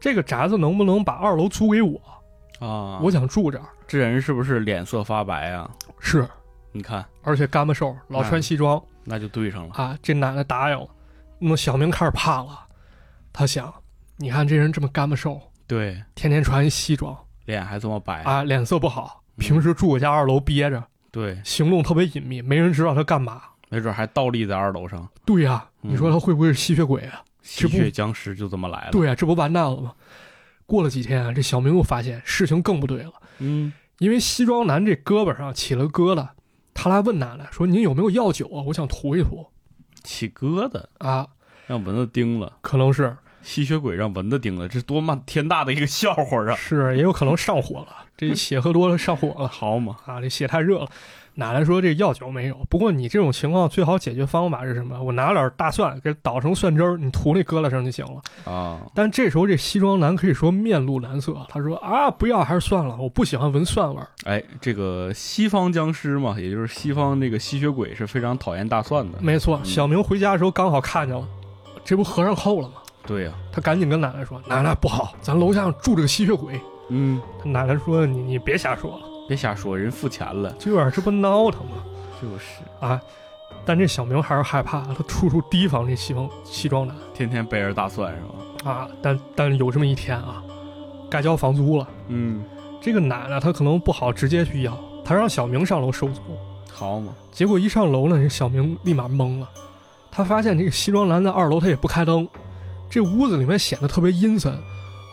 这个宅子能不能把二楼租给我？啊，我想住这儿。这人是不是脸色发白啊？”是，你看，而且干巴瘦，老穿西装、那就对上了。啊。这奶奶答应了，那小明开始怕了，他想：你看这人这么干巴瘦，对，天天穿一西装脸还这么白，啊，脸色不好，哎嗯平时住我家二楼憋着，对，行动特别隐秘，没人知道他干嘛。没准还倒立在二楼上，对呀、嗯哎你说他会不会是吸血鬼啊？吸这不血僵尸就这么来了。，对啊，这不完蛋了吗？过了几天啊，这小明又发现事情更不对了，嗯，因为西装男这胳膊上起了疙瘩，他来问奶奶说：“您有没有药酒啊？我想涂一涂起疙瘩，啊。让蚊子叮了，”可能是吸血鬼让蚊子叮了，这多么天大的一个笑话啊！是，也有可能上火了，这血喝多了上火 了好嘛，啊，这血太热了。奶奶说：“这药酒没有，不过你这种情况最好解决方法是什么？我拿点大蒜给捣成蒜汁儿，你涂那疙瘩上就行了。”啊，但这时候这西装男可以说面露难色，他说：“啊，不要，还是算了，我不喜欢闻蒜味儿。”哎，这个西方僵尸嘛，也就是西方这个吸血鬼是非常讨厌大蒜的。没错，嗯小明回家的时候刚好看见了，这不合上扣了吗？对呀、他赶紧跟奶奶说：“奶奶不好，咱楼下住着个吸血鬼。嗯，”他奶奶说：“你你别瞎说了，别瞎说，人付钱了，今晚这不闹腾吗就是？”但这小明还是害怕，他处处提防这西装西装男天天背着大蒜是吧？啊。但但有这么一天啊，该交房租了。嗯，这个奶奶她可能不好直接去要，她让小明上楼收租。好嘛，结果一上楼呢，这小明立马懵了，他发现这个西装男在二楼，他也不开灯，这屋子里面显得特别阴森，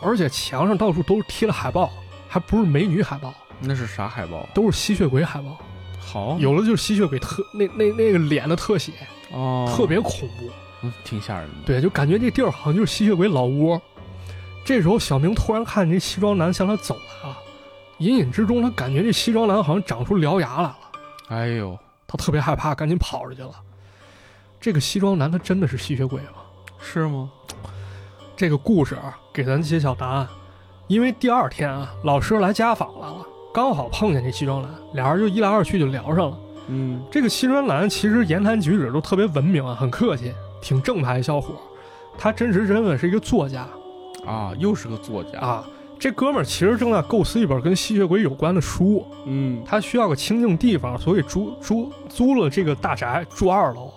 而且墙上到处都是贴了海报，还不是美女海报，那是啥海报？啊都是吸血鬼海报，好有的就是吸血鬼特那那那个脸的特写，哦，特别恐怖，嗯挺吓人的。对，就感觉这地儿好像就是吸血鬼老窝。这时候，小明突然看见这西装男向他走来了，啊隐隐之中他感觉这西装男好像长出獠牙来了。哎呦，他特别害怕，赶紧跑出去了。这个西装男他真的是吸血鬼吗？是吗？这个故事啊，给咱揭晓答案。因为第二天啊，老师来家访来了，刚好碰见这西装男，俩人就一来二去就聊上了。嗯，这个西装男其实言谈举止都特别文明啊，很客气，挺正派一小伙儿。他真实身份是一个作家啊，又是个作家，啊。这哥们儿其实正在构思一本跟吸血鬼有关的书，嗯，他需要个清静地方，所以租租租了这个大宅住二楼，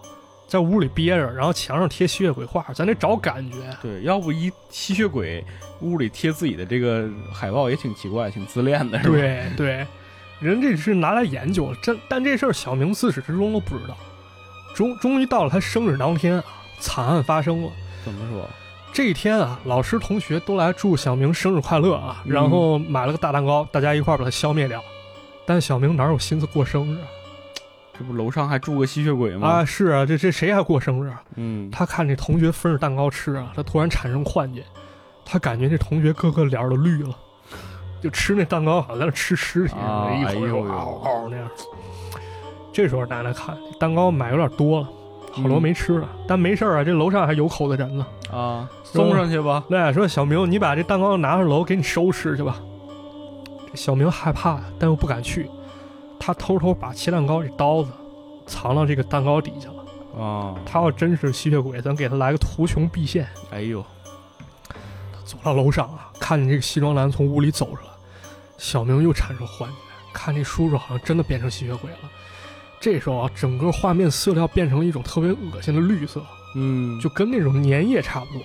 在屋里憋着，然后墙上贴吸血鬼画，咱得找感觉。对，要不一吸血鬼屋里贴自己的这个海报也挺奇怪，挺自恋的，是吧？，对对，人这是拿来研究了，这但这事儿小明自始至终都不知道。终终于到了他生日当天啊，惨案发生了。怎么说？这一天啊，老师同学都来祝小明生日快乐啊，嗯然后买了个大蛋糕，大家一块儿把它消灭掉。但小明哪有心思过生日啊这不楼上还住个吸血鬼吗？啊？是啊，这这谁还过生日啊？嗯，他看这同学分着蛋糕吃啊，他突然产生幻觉，他感觉这同学个个脸儿都绿了，就吃那蛋糕好像在那吃尸体似啊的，一口一哎口呦呦嗷嗷那样。这时候奶奶看蛋糕买有点多了，好多没吃了，嗯但没事儿啊，这楼上还有口子人呢。啊，送上去吧。奶奶说：“小明，你把这蛋糕拿上楼，给你收拾去吧。”这小明害怕，但又不敢去，他偷偷把切蛋糕这刀子藏到这个蛋糕底下了。啊，他要真是吸血鬼，咱给他来个图穷匕现。哎呦，走到楼上啊，看见这个西装男从屋里走出来，小明又产生幻觉，看这叔叔好像真的变成吸血鬼了。这时候啊，整个画面色调变成了一种特别恶心的绿色，嗯，就跟那种粘液差不多。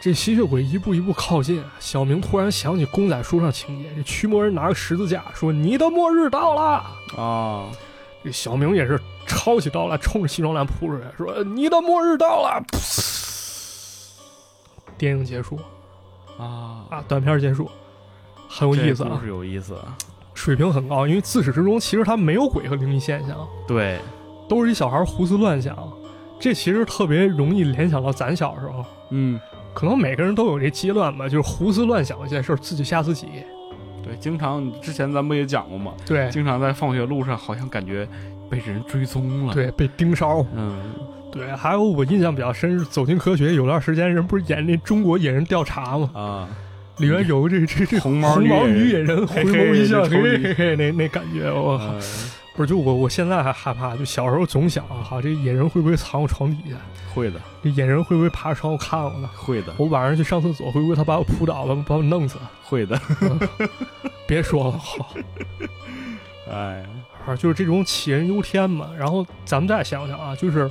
这吸血鬼一步一步靠近，啊小明突然想起公仔书上情节，这驱魔人拿个十字架说：“你的末日到了。”啊，这小明也是抄起刀来，冲着西装男扑出去，说：“你的末日到了！”噗电影结束，啊，啊，短片结束，很有意思啊是，有意思啊。水平很高。因为自始至终，其实它没有鬼和灵异现象，对，都是一小孩胡思乱想。这其实特别容易联想到咱小时候，嗯，可能每个人都有这阶段吧，就是胡思乱想一些事儿，自己吓自己。对，经常之前咱不也讲过吗？对经常在放学路上，好像感觉被人追踪了。，对，被盯梢。嗯，对，还有我印象比较深是《走进科学》，有段时间人不是演那中国野人调查吗？啊，里面有个这这这红毛红毛女女野野人，嘿回嘿眸一笑，这嘿臭嘿女嘿嘿，那那感觉，我靠！ 呃不是，就我我现在还害怕，就小时候总想啊，哈，这野人会不会藏我床底下？会的，这野人会不会爬窗户看我呢？会的，我晚上去上厕所，会不会他把我扑倒了，把我弄死？会的。别说了，好，哎，反正就是这种杞人忧天嘛。然后咱们再想想啊，就是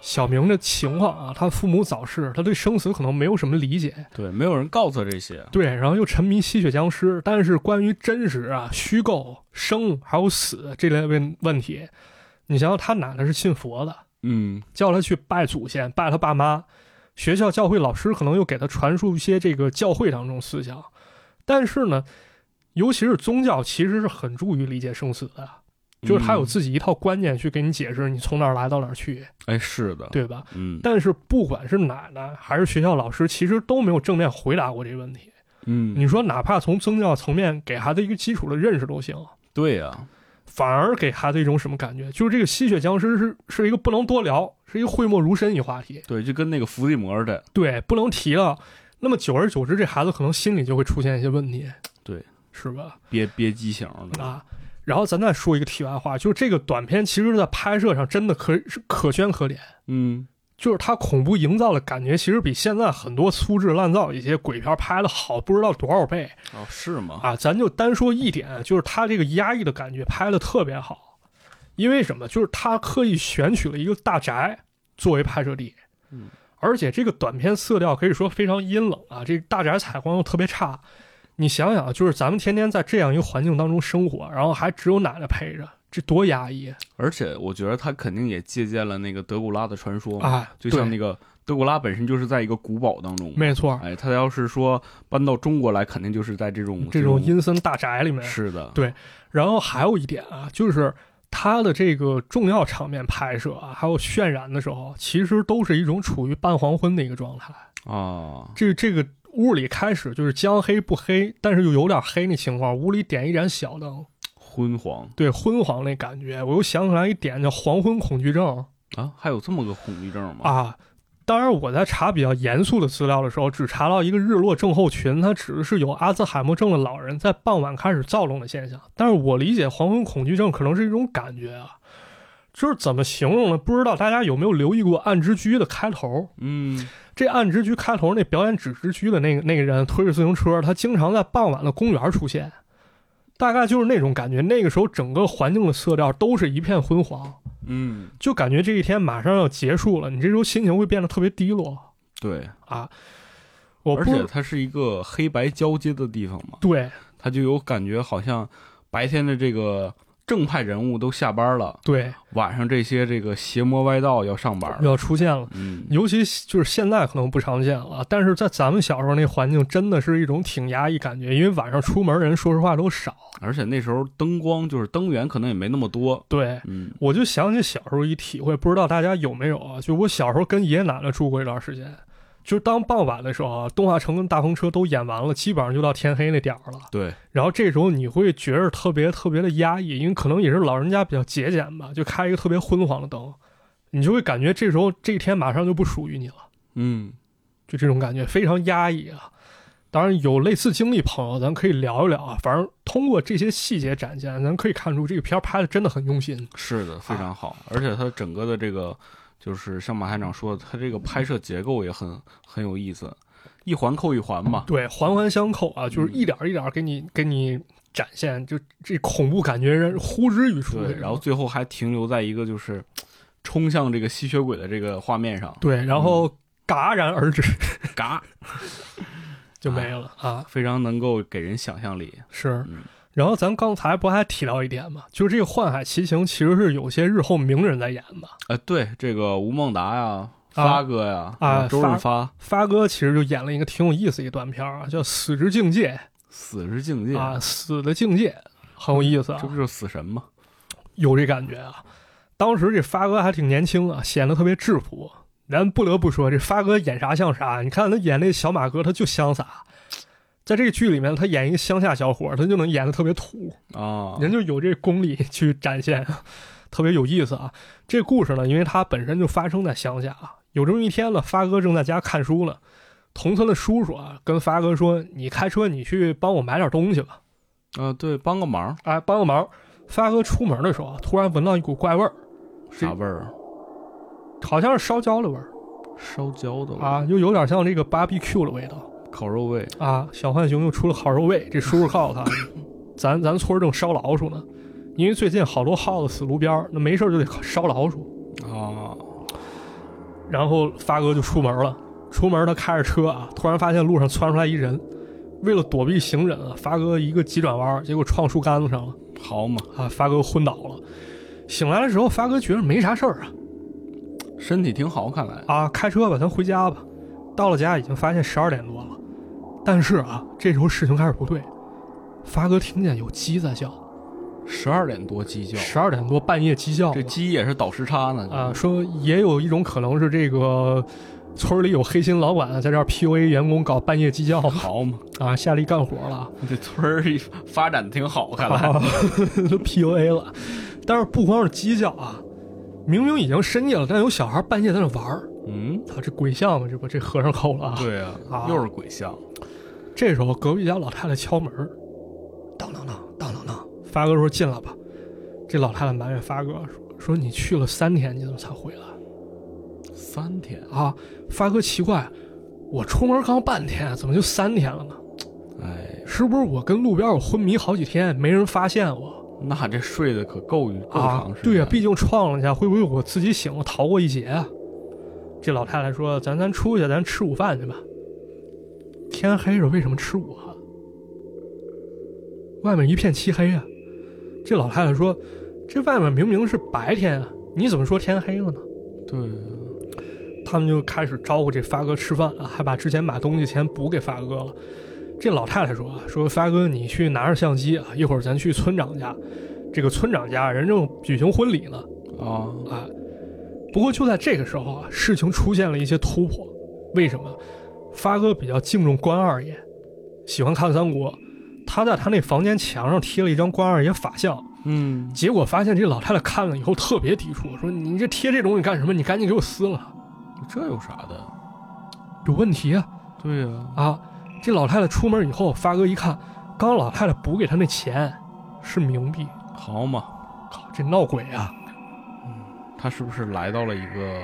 小明的情况啊，他父母早逝，他对生死可能没有什么理解，对，没有人告诉他这些。对，然后又沉迷吸血僵尸，但是关于真实啊、虚构、生还有死这类问问题，你想想他奶奶是信佛的，嗯，叫他去拜祖先、拜他爸妈，学校教会老师可能又给他传输一些这个教会当中思想，但是呢，尤其是宗教其实是很助于理解生死的，就是他嗯有自己一套观念去给你解释你从哪儿来到哪儿去，嗯，哎，是的，，对吧？嗯，但是不管是奶奶还是学校老师，其实都没有正面回答过这个问题。嗯，你说哪怕从宗教层面给孩子一个基础的认识都行，对呀，反而给孩子一种什么感觉？就是这个吸血僵尸是是一个不能多聊，是一个讳莫如深一话题，对，就跟那个伏地魔似的。对，不能提了。那么久而久之，这孩子可能心里就会出现一些问题，对，是吧？憋憋畸形了，啊，然后咱再说一个题外话，就是这个短片其实在拍摄上真的可是可圈可点，嗯，就是它恐怖营造的感觉，其实比现在很多粗制滥造一些鬼片拍的好不知道多少倍。哦，是吗？啊，咱就单说一点，就是他这个压抑的感觉拍的特别好，因为什么？就是他刻意选取了一个大宅作为拍摄地，嗯，而且这个短片色调可以说非常阴冷啊，这个大宅采光又特别差。你想想，就是咱们天天在这样一个环境当中生活，然后还只有奶奶陪着，这多压抑啊！而且我觉得他肯定也借鉴了那个德古拉的传说嘛，哎就像那对个德古拉本身就是在一个古堡当中嘛，没错，哎，他要是说搬到中国来，肯定就是在这种这种阴森大宅里面，是的，对然后还有一点啊，就是它的这个重要场面拍摄啊，还有渲染的时候，其实都是一种处于半黄昏的一个状态。啊，这这个屋里开始就是将黑不黑，但是又有点黑那情况，屋里点一盏小灯，昏黄对昏黄那感觉，我又想起来一点叫黄昏恐惧症啊，还有这么个恐惧症吗？啊。当然，我在查比较严肃的资料的时候，只查到一个日落症候群，它指的是有阿兹海默症的老人在傍晚开始躁动的现象。但是我理解黄昏恐惧症可能是一种感觉啊，就是怎么形容呢？不知道大家有没有留意过《暗之居》的开头？嗯，这《暗之居》开头那表演纸之居的那个那个人推着自行车，他经常在傍晚的公园出现，大概就是那种感觉。那个时候整个环境的色调都是一片昏黄，嗯，就感觉这一天马上要结束了，你这时候心情会变得特别低落。对，啊，我而不且它是一个黑白交接的地方嘛，对它就有感觉，好像白天的这个正派人物都下班了，对晚上这些这个邪魔歪道要上班了，要出现了，嗯，尤其就是现在可能不常见了，但是在咱们小时候那环境真的是一种挺压抑感觉，因为晚上出门人说实话都少。而且那时候灯光就是灯源可能也没那么多，对，嗯，我就想起小时候一体会，不知道大家有没有啊？就我小时候跟爷爷奶奶住过一段时间。就是当傍晚的时候啊，动画城跟大风车都演完了，基本上就到天黑那点儿了。对，然后这时候你会觉着特别特别的压抑，因为可能也是老人家比较节俭吧，就开一个特别昏黄的灯，你就会感觉这时候这一天马上就不属于你了，嗯，就这种感觉非常压抑啊。当然有类似经历朋友，咱可以聊一聊啊。反正通过这些细节展现，咱可以看出这个片儿拍的真的很用心。是的，非常好，而且它整个的这个就是像马探长说的，它这个拍摄结构也很很有意思，一环扣一环嘛，对，环环相扣啊，就是嗯一点儿一点儿给你给你展现，就这恐怖感觉人呼之欲出。对，然后最后还停留在一个就是冲向这个吸血鬼的这个画面上，对，然后戛然而止嘎，就哎没了啊。非常能够给人想象力。是嗯，然后咱刚才不还提到一点吗？就是这个《幻海奇行》其实是有些日后名人在演的，呃，对，这个吴孟达呀、啊发哥呀，啊周润发《发哥其实就演了一个挺有意思的一段片儿啊，叫《死之境界死是境界》》啊，死的境界很有意思啊这，不就是死神吗？有这感觉啊。当时这发哥还挺年轻啊，显得特别质朴。咱不得不说，这发哥演啥像啥。你看他演那小马哥，他就潇洒。在这个剧里面，他演一个乡下小伙儿，他就能演得特别土。啊，人就有这功力去展现， 特别有意思啊。这故事呢，因为它本身就发生在乡下啊。有这么一天呢，发哥正在家看书呢，同村的叔叔啊跟发哥说：“你开车，你去帮我买点东西吧，啊，对，帮个忙，哎，帮个忙。”发哥出门的时候啊，突然闻到一股怪味儿，啥味儿啊？好像是烧焦的味儿烧焦的味儿，啊，又有点像这个 BBQ 的味道。烤肉味，啊，小浣熊又出了烤肉味。这叔叔告诉他，咱咱村儿正烧老鼠呢，因为最近好多耗子死路边儿，那没事儿就得烧老鼠。啊，然后发哥就出门了，出门他开着车啊，突然发现路上窜出来一人，为了躲避行人啊，发哥一个急转弯，结果撞树杆子上了好嘛，啊，发哥昏倒了。醒来的时候，发哥觉得没啥事儿啊，身体挺好，看来啊，开车吧，咱回家吧。到了家已经发现十二点多了，但是啊，这时候事情开始不对，发哥听见有鸡在叫，十二点多鸡叫，十二点多半夜鸡叫这了鸡也是倒时差呢啊，说也有一种可能是这个村里有黑心老板啊在这儿 PUA 员工搞半夜鸡叫好嘛，啊，下力干活了这村儿发展挺好，看啊，来 都 PUA 了。但是不光是鸡叫啊，明明已经深夜了，但有小孩半夜在那玩儿，嗯，操，这鬼像嘛，这不这和尚扣了啊！对啊啊，又是鬼像，这时候隔壁家老太太敲门儿，当当当当当当，发哥说进来吧。这老太太埋怨发哥说：“说你去了三天，你怎么才回来三天，啊？”发哥奇怪，我出门刚半天，怎么就三天了呢？哎，是不是我跟路边我昏迷好几天，没人发现我那这睡得可够够啊长时？间，对呀、毕竟撞了一下，会不会我自己醒了逃过一劫啊？这老太太说：“咱咱出去，咱吃午饭去吧。”天黑了，为什么吃午饭？啊外面一片漆黑啊！这老太太说：“这外面明明是白天啊，你怎么说天黑了呢对，？”他们就开始招呼这发哥吃饭啊，还把之前买东西钱补给发哥了。这老太太说啊：“说发哥，你去拿着相机啊，一会儿咱去村长家。这个村长家人正举行婚礼呢啊，啊。不过就在这个时候啊，事情出现了一些突破。为什么？发哥比较敬重关二爷，喜欢看三国。他在他那房间墙上贴了一张关二爷法像，嗯，结果发现这老太太看了以后特别抵触，说：“你这贴这东西干什么？你赶紧给我撕了，这有啥的？有问题啊对呀，！”啊，这老太太出门以后，发哥一看，刚刚老太太补给他那钱是冥币，好嘛，靠，这闹鬼啊！嗯他是不是来到了一个，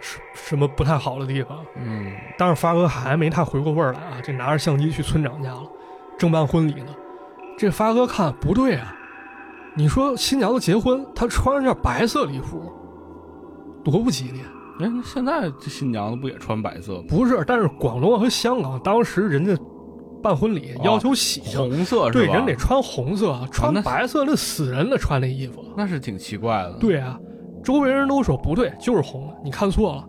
什什么不太好的地方？嗯，但是发哥还没太回过味儿来啊，这拿着相机去村长家了，正办婚礼呢。这发哥看不对啊，你说新娘子结婚，她穿着件白色礼服，多不吉利啊！哎，那现在这新娘子不也穿白色吗？不是，但是广东和香港当时人家办婚礼哦要求喜庆，红色对是吧？哦人得穿红色啊，穿那嗯白色那死人了，穿那衣服。那是挺奇怪的。，对啊，周围人都说不对，就是红的，你看错了。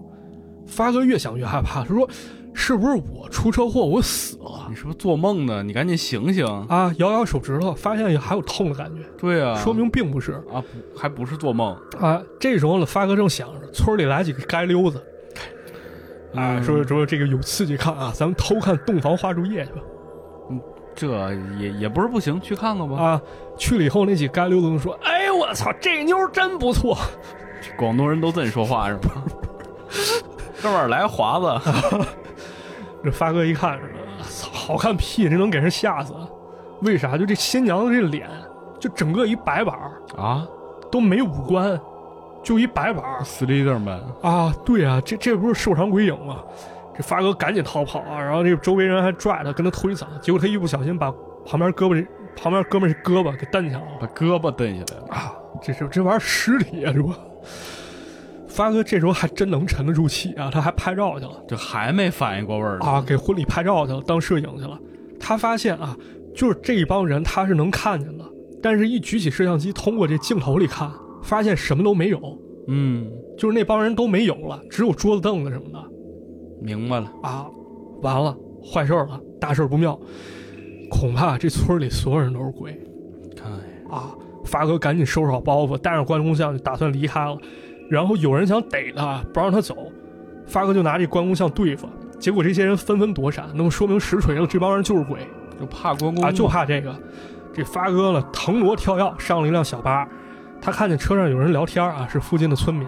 发哥越想越害怕，他说：“是不是我出车祸，我死了你是不是做梦呢？你赶紧醒醒！啊？”摇摇手指头，发现还有痛的感觉，对啊，说明并不是啊，不还不是做梦啊。这时候呢，发哥正想着，村里来几个街溜子，啊，嗯说说这个有刺激看啊，咱们偷看洞房花烛夜去吧。这也也不是不行，去看看吧。啊，去了以后那几街溜子都说：“哎呦我操，这妞儿真不错广东人都这么说话是吧？哥们儿来华 子，！”啊这发哥一看，操，好看屁，这能给人吓死？为啥？就这新娘子这脸，就整个一白板儿，啊都没五官，就一白板儿，Slenderman 啊！对啊，这这不是瘦长鬼影吗？这发哥赶紧逃跑啊，然后这周围人还拽他，跟他推搡，结果他一不小心把旁边胳膊这旁边哥们儿这胳膊给蹬下来了。把胳膊蹬下来了，啊，这是这玩意儿尸体啊，是吧？发哥这时候还真能沉得住气啊，他还拍照去了这还没反应过味儿呢。啊，给婚礼拍照去了，当摄影去了。他发现啊，就是这一帮人他是能看见的，但是一举起摄像机，通过这镜头里看，发现什么都没有，嗯，就是那帮人都没有了，只有桌子凳子什么的。明白了，啊，完了，坏事儿了，大事儿不妙，恐怕这村里所有人都是鬼看啊！发哥赶紧收拾好包袱，带上关公像就打算离开了。然后有人想逮他，不让他走，发哥就拿这关公像对付。结果这些人纷纷躲闪，那么说明实锤了，这帮人就是鬼就怕关公啊！就嘛怕这个。这发哥呢，腾挪跳跃上了一辆小巴，他看见车上有人聊天啊，是附近的村民，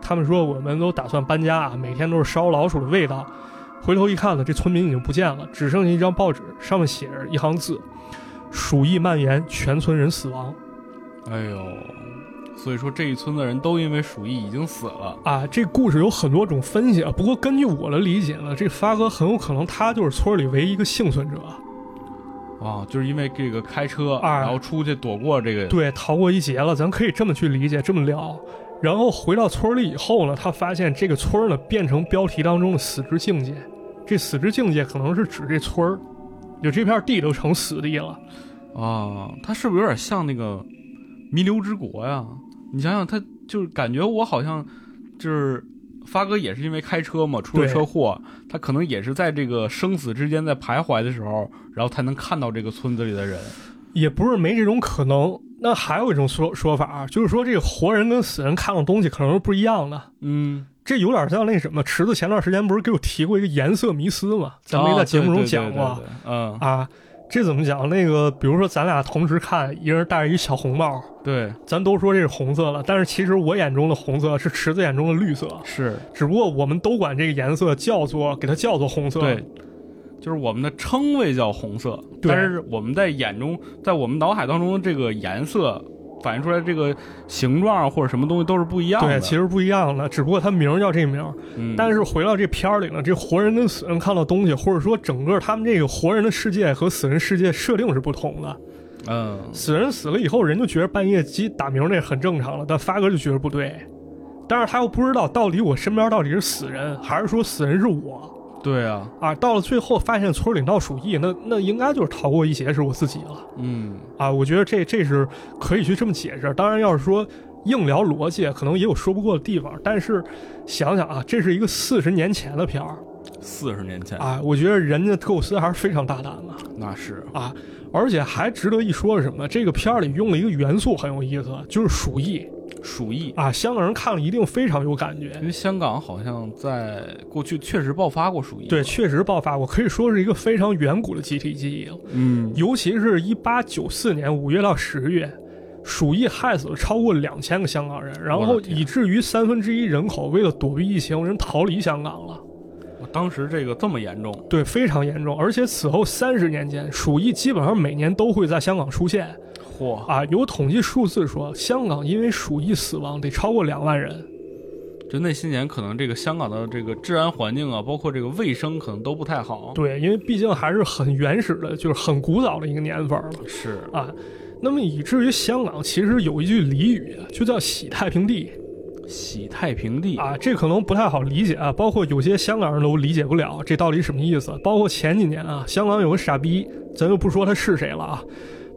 他们说我们都打算搬家啊，每天都是烧老鼠的味道。回头一看呢，这村民已经不见了，只剩下一张报纸，上面写着一行字：鼠疫蔓延，全村人死亡哎呦，所以说这一村的人都因为鼠疫已经死了。啊。这故事有很多种分析啊，不过根据我的理解呢，这发哥很有可能他就是村里唯一一个幸存者，啊哦，就是因为这个开车，哎然后出去躲过这个。对，逃过一劫了，咱可以这么去理解，这么聊。然后回到村里以后呢，他发现这个村儿呢变成标题当中的死之境界，这死之境界可能是指这村儿，就这片地都成死地了。哦，他是不是有点像那个弥留之国呀？你想想，他就是感觉我好像就是发哥也是因为开车嘛，出了对车祸，他可能也是在这个生死之间在徘徊的时候，然后才能看到这个村子里的人。也不是没这种可能。那还有一种说说法啊，就是说这个活人跟死人看到东西可能是不一样的。嗯，这有点像那什么，池子前段时间不是给我提过一个颜色迷思嘛？咱们也在节目中讲过、哦啊对对对对对嗯，啊。这怎么讲？那个，比如说咱俩同时看，一人戴着一小红帽，对，咱都说这是红色了，但是其实我眼中的红色是池子眼中的绿色，是只不过我们都管这个颜色叫做给它叫做红色。对，就是我们的称谓叫红色，对但是我们在眼中，在我们脑海当中，这个颜色反映出来这个形状啊或者什么东西都是不一样的。对，其实不一样的，只不过它名儿叫这名儿。嗯，但是回到这片儿里呢，这活人跟死人看到东西，或者说整个他们这个活人的世界和死人世界设定是不同的。嗯，死人死了以后，人就觉得半夜鸡打鸣这很正常了，但发哥就觉得不对。但是他又不知道到底我身边到底是死人，还是说死人是我对啊，啊？到了最后发现村里闹鼠疫，那那应该就是逃过一劫是我自己了嗯，啊！我觉得这这是可以去这么解释。当然，要是说硬聊逻辑，可能也有说不过的地方。但是想想啊，这是一个四十年前的片儿，四十年前、啊，我觉得人家构思还是非常大胆的，啊那是，而且还值得一说的是什么？这个片儿里用了一个元素很有意思，就是鼠疫鼠疫，啊，香港人看了一定非常有感觉因。为香港好像在过去确实爆发过鼠疫。对，，确实爆发，我可以说是一个非常远古的集体记忆了，嗯，尤其是一八九四年五月到十月。鼠疫害死了超过两千个香港人，然我后的天以至于三分之一人口为了躲避疫情，人逃离香港了。我当时这个这么严重，对，非常严重。而且此后三十年间，鼠疫基本上每年都会在香港出现。嚯，啊，有统计数字说，香港因为鼠疫死亡得超过两万人。就那些年可能这个香港的这个治安环境啊，包括这个卫生可能都不太好。对，因为毕竟还是很原始的，就是很古早的一个年份儿了是，啊。那么以至于香港其实有一句俚语，就叫“洗太平地洗太平”地，啊，这可能不太好理解啊，包括有些香港人都理解不了这到底什么意思。包括前几年啊，香港有个傻逼，咱就不说他是谁了啊，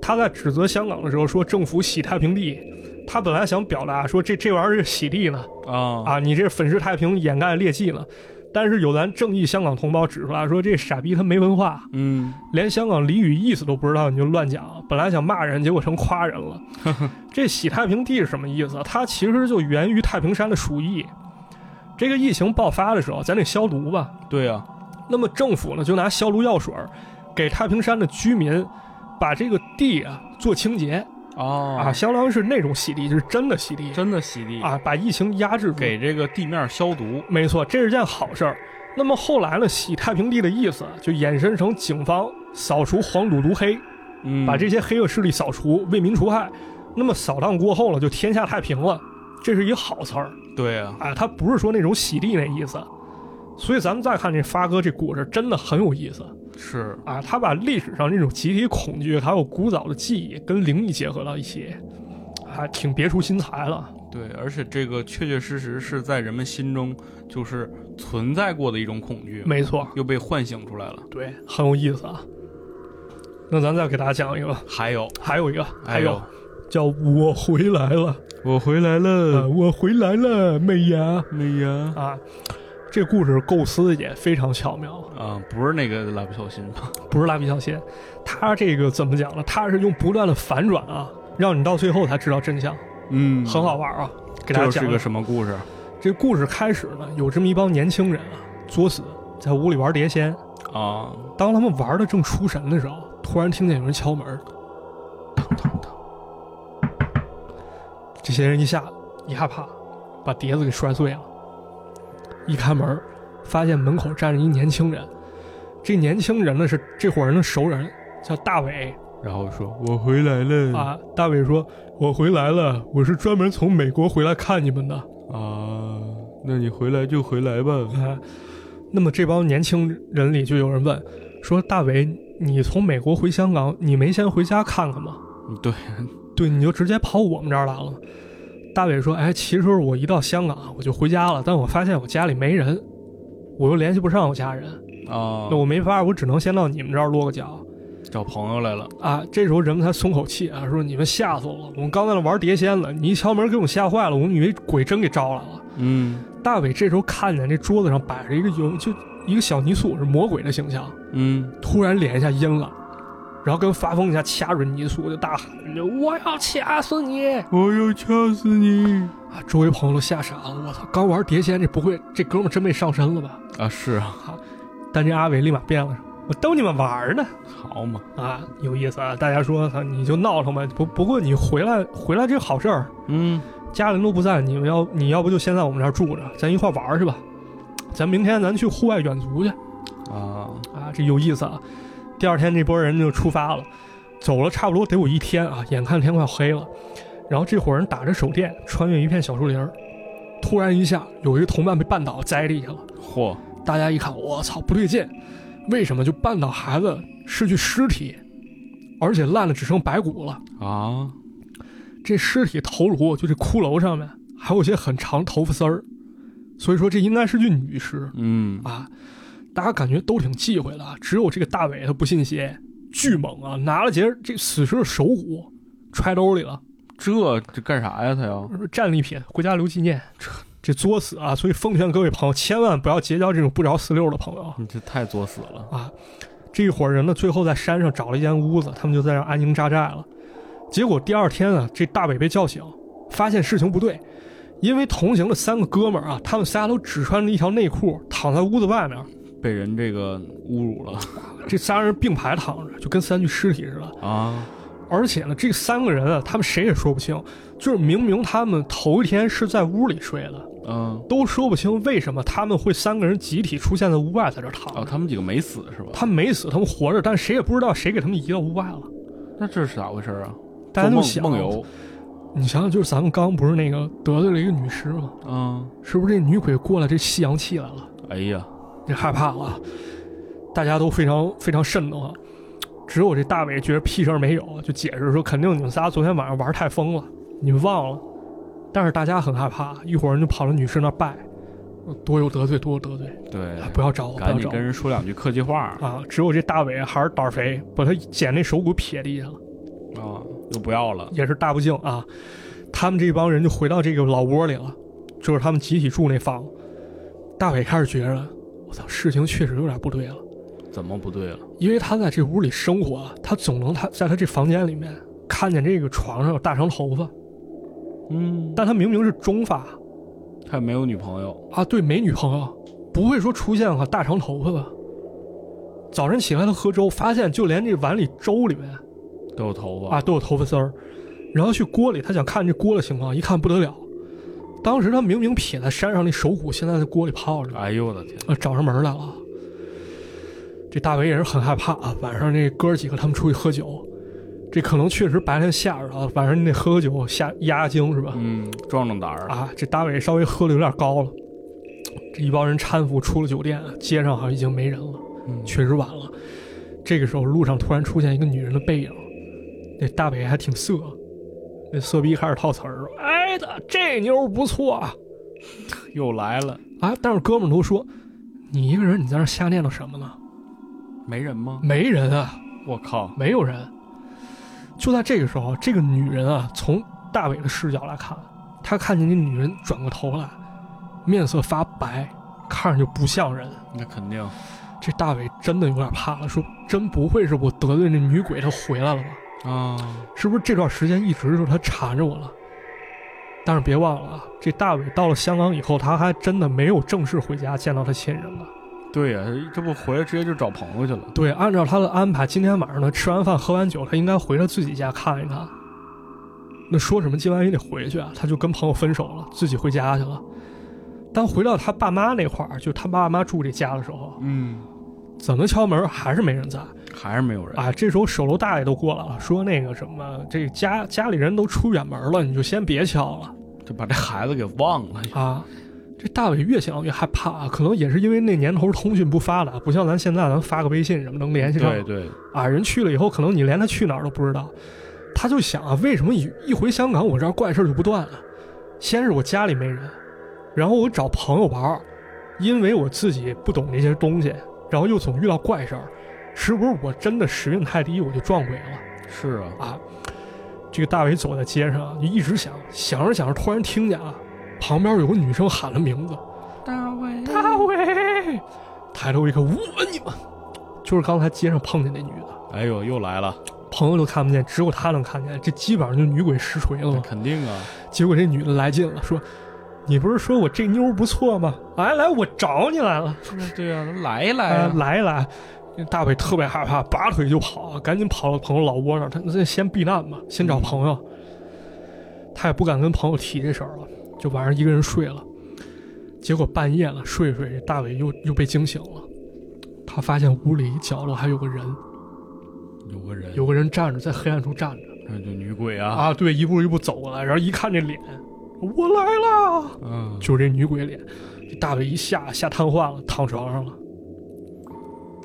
他在指责香港的时候说政府洗太平地，他本来想表达说这这玩意儿是洗地呢，啊啊，你这粉饰太平、掩盖劣迹了。但是有咱正义香港同胞指出来说，这傻逼他没文化，嗯，连香港俚语意思都不知道，你就乱讲。本来想骂人，结果成夸人了。这洗太平地是什么意思？它其实就源于太平山的鼠疫。这个疫情爆发的时候，咱得消毒吧。对啊，那么政府呢，就拿消毒药水儿给太平山的居民把这个地啊做清洁哦啊，相当于是那种洗地，就是真的洗地真的洗地，啊，把疫情压制住。给这个地面消毒。没错，这是件好事儿。那么后来呢，洗太平地的意思就衍生成警方扫除黄赌毒黑，嗯把这些黑恶势力扫除，为民除害。那么扫荡过后了，就天下太平了，这是一好词儿对啊，啊，它不是说那种洗地那意思。所以咱们再看这发哥这故事，真的很有意思是啊！他把历史上这种集体恐惧，还有古早的记忆跟灵异结合到一起，还挺别出心裁了。对，而且这个确确实实是在人们心中就是存在过的一种恐惧，没错，又被唤醒出来了。对，很有意思啊。那咱再给大家讲一个吧，还有，哎还有一个，还有，叫《我回来了》我回来呃，了，我回来了，美伢美呀！啊。这故事构思也非常巧妙，啊，不是那个蜡笔小新吧？不是蜡笔小新，他这个怎么讲呢？他是用不断的反转啊，让你到最后才知道真相， 嗯很好。玩啊。给大这又家讲是一个讲什么故事这故事开始呢，有这么一帮年轻人啊，作死在屋里玩碟仙。啊？当他们玩的正出神的时候，突然听见有人敲门，当当当。这些人一下一害怕，把碟子给摔碎了。一开门，发现门口站着一年轻人。这年轻人呢是这伙人的熟人，叫大伟。然后说我回来了啊，大伟说：“我回来了，我是专门从美国回来看你们的。啊，那你回来就回来吧。啊，那么这帮年轻人里就有人问说：“大伟，你从美国回香港，你没先回家看看吗？嗯对，对，你就直接跑我们这儿来了。”大伟说：“哎，其实我一到香港我就回家了，但我发现我家里没人，我又联系不上我家人，啊那，我没法，我只能先到你们这儿落个脚。”找朋友来了。啊，这时候人们才松口气啊，说你们吓死我了，我们刚在那玩碟仙呢，你一敲门给我们吓坏了，我们以为鬼真给招来了。嗯大伟这时候看见这桌子上摆着一个有就一个小泥塑，是魔鬼的形象，嗯，突然脸一下阴了，然后跟发疯一下掐着泥塑就大喊着：“我要掐死你！”我要掐死你啊，周围朋友都吓傻了，我操，刚玩碟仙这不会这哥们儿真被上身了吧？啊！是啊，但这阿伟立马变了，我逗你们玩儿呢。好嘛，啊，有意思啊！大家说，啊你就闹腾吧，不不过你回来回来这好事儿，嗯，家人都不在，你们要你要不就先在我们这儿住着，咱一块儿玩儿去吧。咱明天咱去户外远足去啊，啊，这有意思啊！第二天这波人就出发了，走了差不多得有一天啊，眼看天快黑了，然后这伙人打着手电穿越一片小树林儿，突然一下有一个同伴被绊倒栽地下了，嚯，大家一看，我操，不对劲，为什么就绊倒孩子是具尸体，而且烂的只剩白骨了？啊，这尸体头颅就这骷髅上面还有一些很长头发丝儿，所以说这应该是具女尸嗯啊。大家感觉都挺忌讳的啊，只有这个大伟他不信邪，巨猛啊，拿了截这死尸的手骨揣兜里了，这这干啥呀？他要说战利品回家留纪念。这这作死啊！所以奉劝各位朋友，千万不要结交这种不着四六的朋友啊。你这太作死了。啊，这一伙人呢，最后在山上找了一间屋子，他们就在那儿安营扎寨了。结果第二天啊，这大伟被叫醒，发现事情不对，因为同行的三个哥们儿啊，他们仨都只穿着一条内裤，躺在屋子外面。被人这个侮辱 了这仨人并排躺着，就跟三具尸体似的。啊！而且呢，这三个人啊，他们谁也说不清，就是明明他们头一天是在屋里睡的，嗯，都说不清为什么他们会三个人集体出现在屋外，在这儿躺哦，着。他们几个没死是吧？他们没死，他们活着，但谁也不知道谁给他们移到屋外了。那这是咋回事啊？大家做就梦想梦游，你想想，就是咱们刚不是那个得罪了一个女尸吗？嗯，是不是这女鬼过来，这吸阳气来了，哎呀，这害怕了，大家都非常非常瘆得慌。只有这大伟觉得屁事儿没有，就解释说肯定你们仨昨天晚上玩太疯了，你们忘了。但是大家很害怕，一伙人就跑到女尸那儿拜，多有得罪，多有得罪，哎对，不要找我，不赶要紧找跟我人说两句客气话啊！只有这大伟还是胆儿肥，把他捡那手骨撇地上了。啊，又不要了。也是大不敬啊。他们这帮人就回到这个老窝里了，就是他们集体住那房。大伟开始觉着，我操，事情确实有点不对了，怎么不对了？因为他在这屋里生活啊，他总能他在他这房间里面看见这个床上有大长头发，嗯，但他明明是中发他也没有女朋友啊，对，没女朋友，不会说出现个大长头发吧？早晨起来他喝粥，发现就连这碗里粥里面都有头发啊，都有头发丝儿。然后去锅里，他想看这锅的情况，一看不得了。当时他明明撇在山上那手骨，现在在锅里泡着呢，哎呦我的天！啊，找上门来了。这大伟也是很害怕啊。晚上这哥儿几个他们出去喝酒，这可能确实白天吓着啊了，晚上你得喝喝酒吓压压惊是吧？嗯，壮壮胆儿啊，这大伟稍微喝的有点高了。这一帮人搀扶出了酒店，街上好像已经没人了。嗯确实晚了。这个时候，路上突然出现一个女人的背影，那大北还挺色，那色逼开始套词儿了。哎的，这妞儿不错啊！又来了，啊，但是哥们儿都说，你一个人你在那儿瞎念叨什么呢？没人吗？没人啊，我靠！没有人。就在这个时候，这个女人啊，从大伟的视角来看，他看见那女人转过头来，面色发白，看着就不像人。那肯定，这大伟真的有点怕了，说真不会是我得罪那女鬼，她回来了吧？啊，是不是这段时间一直就是他缠着我了？但是别忘了啊，这大伟到了香港以后，他还真的没有正式回家见到他亲人了。对呀、这不回来直接就找朋友去了。对，按照他的安排，今天晚上呢，吃完饭喝完酒，他应该回他自己家看一看。那说什么今晚也得回去啊，他就跟朋友分手了，自己回家去了。但回到他爸妈那块儿，就他爸妈住这家的时候，嗯，怎么敲门还是没人在。还是没有人。啊，这时候守楼大爷都过来了，说那个什么，这家家里人都出远门了，你就先别敲了就把这孩子给忘了。啊。这大伟越想越害怕啊，可能也是因为那年头通讯不发达，不像咱现在咱发个微信什么能联系上对。对，啊，人去了以后，可能你连他去哪儿都不知道。他就想啊，为什么一一回香港，我这儿怪事儿就不断了？先是我家里没人，然后我找朋友玩儿，因为我自己不懂这些东西，然后又总遇到怪事儿，是不是我真的时运太低，我就撞鬼了？是啊，啊，这个大伟走在街上啊，就一直想，想着想着，突然听见啊，旁边有个女生喊了名字，大卫，大伟，抬头一看，我你们，就是刚才街上碰见那女的，哎呦，又来了，朋友都看不见，只有他能看见，这基本上就女鬼实锤了那嘛。肯定啊，结果这女的来劲了，说。你不是说我这妞儿不错吗？来来，我找你来了，对啊，来一来哎啊，来一来。大伟特别害怕，拔腿就跑啊，赶紧跑到朋友老窝那儿。他那先避难吧，先找朋友。他也不敢跟朋友提这事儿了，就晚上一个人睡了。结果半夜了，睡着睡着，大伟又又被惊醒了。他发现屋里角落还有个人，嗯有个人，有个人站着，在黑暗中站着。那就女鬼啊，啊，对，一步一步走过来，然后一看这脸，我来了，嗯，就是这女鬼脸。这大伟一下吓瘫痪了，躺床上了。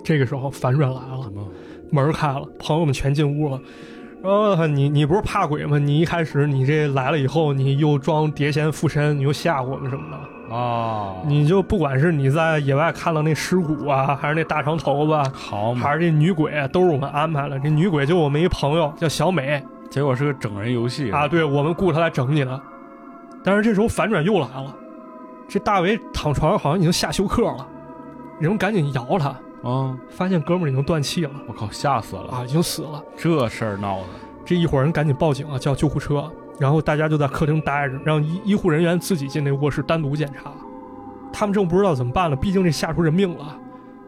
这个时候反转来了怎，么门儿开了，朋友们全进屋了。呃，你你不是怕鬼吗？你一开始你这来了以后，你又装碟仙附身，你又吓唬我们什么的，啊？你就不管是你在野外看到那尸骨啊，还是那大长头发，好嘛，还是这女鬼，啊都是我们安排的。这女鬼就我们一朋友叫小美，结果是个整人游戏啊，，对我们雇他来整你的。但是这时候反转又来了，这大伟躺床上好像已经下休克了，人赶紧摇他，嗯，发现哥们儿已经断气了我靠，吓死了，啊，已经死了。这事儿闹的，这一伙人赶紧报警啊，叫救护车，然后大家就在客厅待着，让医医护人员自己进那卧室单独检查。他们正不知道怎么办呢，毕竟这吓出人命了。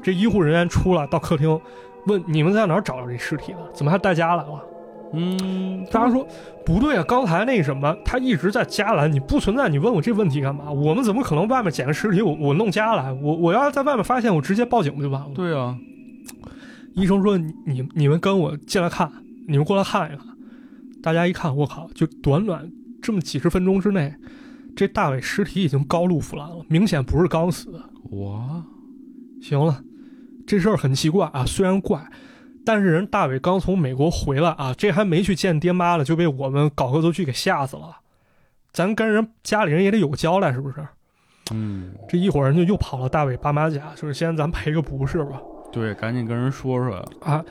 这医护人员出来到客厅，问你们在哪儿找到这尸体的？怎么还带家来了？嗯，大家说不对啊，刚才那什么，他一直在家来，你不存在，你问我这问题干嘛？我们怎么可能外面捡个尸体，我我弄家来？我我要是在外面发现，我直接报警不就完了？，对啊，医生说你你你们跟我进来看，你们过来看一看。大家一看，我靠，就短短这么几十分钟之内，这大伟尸体已经高度腐烂了，明显不是刚死。我行了，这事儿很奇怪啊，虽然怪，但是人大伟刚从美国回来啊，这还没去见爹妈了，就被我们搞恶作剧给吓死了。咱跟人家里人也得有个交代，是不是？嗯，这一伙人就又跑到大伟爸妈家，就是先咱赔个不是吧？对，赶紧跟人说说呀，啊，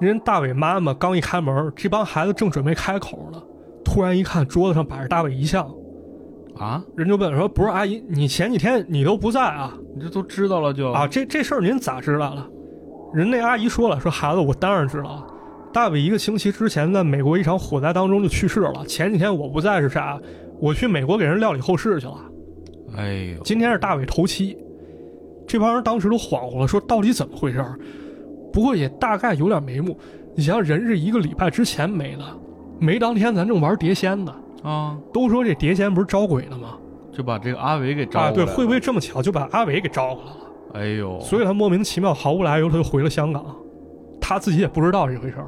人大伟妈妈刚一开门，这帮孩子正准备开口呢，突然一看桌子上摆着大伟遗像，啊，人就问说：“不是阿姨，你前几天你都不在啊？你这都知道了就啊，，这这事儿您咋知道了？人那阿姨说了，说孩子，我当然知道了。大伟一个星期之前在美国一场火灾当中就去世了。前几天我不在是啥？我去美国给人料理后事去了。哎呦，今天是大伟头七，这帮人当时都恍惚了，说到底怎么回事儿？不过也大概有点眉目。你想，人是一个礼拜之前没的，没当天咱正玩碟仙呢。啊，都说这碟仙不是招鬼的吗？就把这个阿伟给招啊，对，过来会不了？会这么巧就把阿伟给招过来了？哎呦，所以他莫名其妙毫无来由他就回了香港，他自己也不知道这回事儿。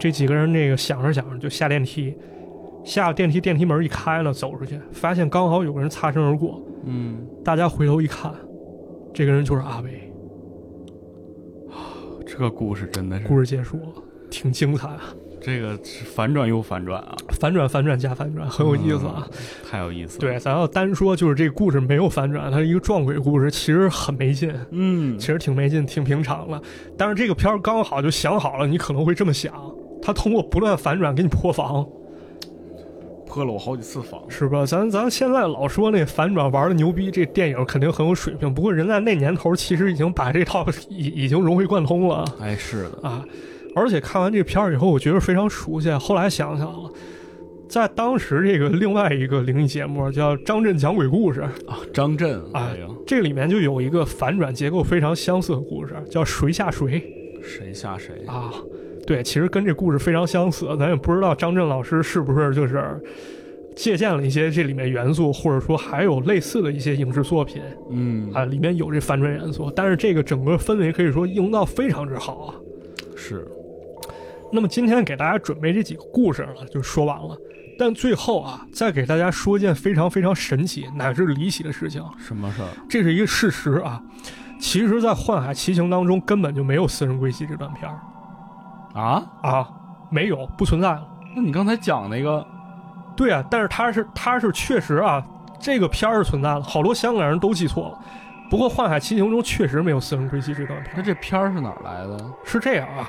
这几个人那个想着想着就下电梯，下了电梯电梯门一开呢，走出去发现刚好有个人擦身而过，嗯，大家回头一看，这个人就是阿伟。这个故事真的是故事结束了，挺精彩啊，这个是反转又反转啊，反转反转加反转，很有意思啊。太有意思了。，对，咱要单说就是这故事没有反转，它是一个撞鬼故事，其实很没劲。嗯其，实挺没劲，挺平常的。但是这个片儿刚好就想好了，你可能会这么想，他通过不断反转给你破防，破了我好几次防。是吧？咱咱现在老说那反转玩的牛逼，这电影肯定很有水平。不过人在那年头其实已经把这套已已经融会贯通了哎，是的，啊。而且看完这片儿以后，我觉得非常熟悉。后来想想了，在当时这个另外一个灵异节目叫《张震讲鬼故事》，啊，张震，哎呀，这里面就有一个反转结构非常相似的故事，叫“谁下谁谁吓谁”？啊。对，其实跟这故事非常相似，咱也不知道张震老师是不是就是借鉴了一些这里面元素，或者说还有类似的一些影视作品嗯，啊，里面有这反转元素。但是这个整个氛围可以说营造非常之好啊。是，那么今天给大家准备这几个故事了，就说完了。但最后啊，再给大家说一件非常非常神奇乃至离奇的事情。啊什么事儿？这是一个事实啊。其实，在《幻海奇行》当中，根本就没有《私人归西》这段片儿啊？啊，没有，不存在了。那你刚才讲那个，对啊，但是它是它是确实啊，这个片儿是存在了，好多香港人都记错了。不过，《幻海奇行》中确实没有《私人归西》这段片那儿。这片儿是哪儿来的？是这样啊，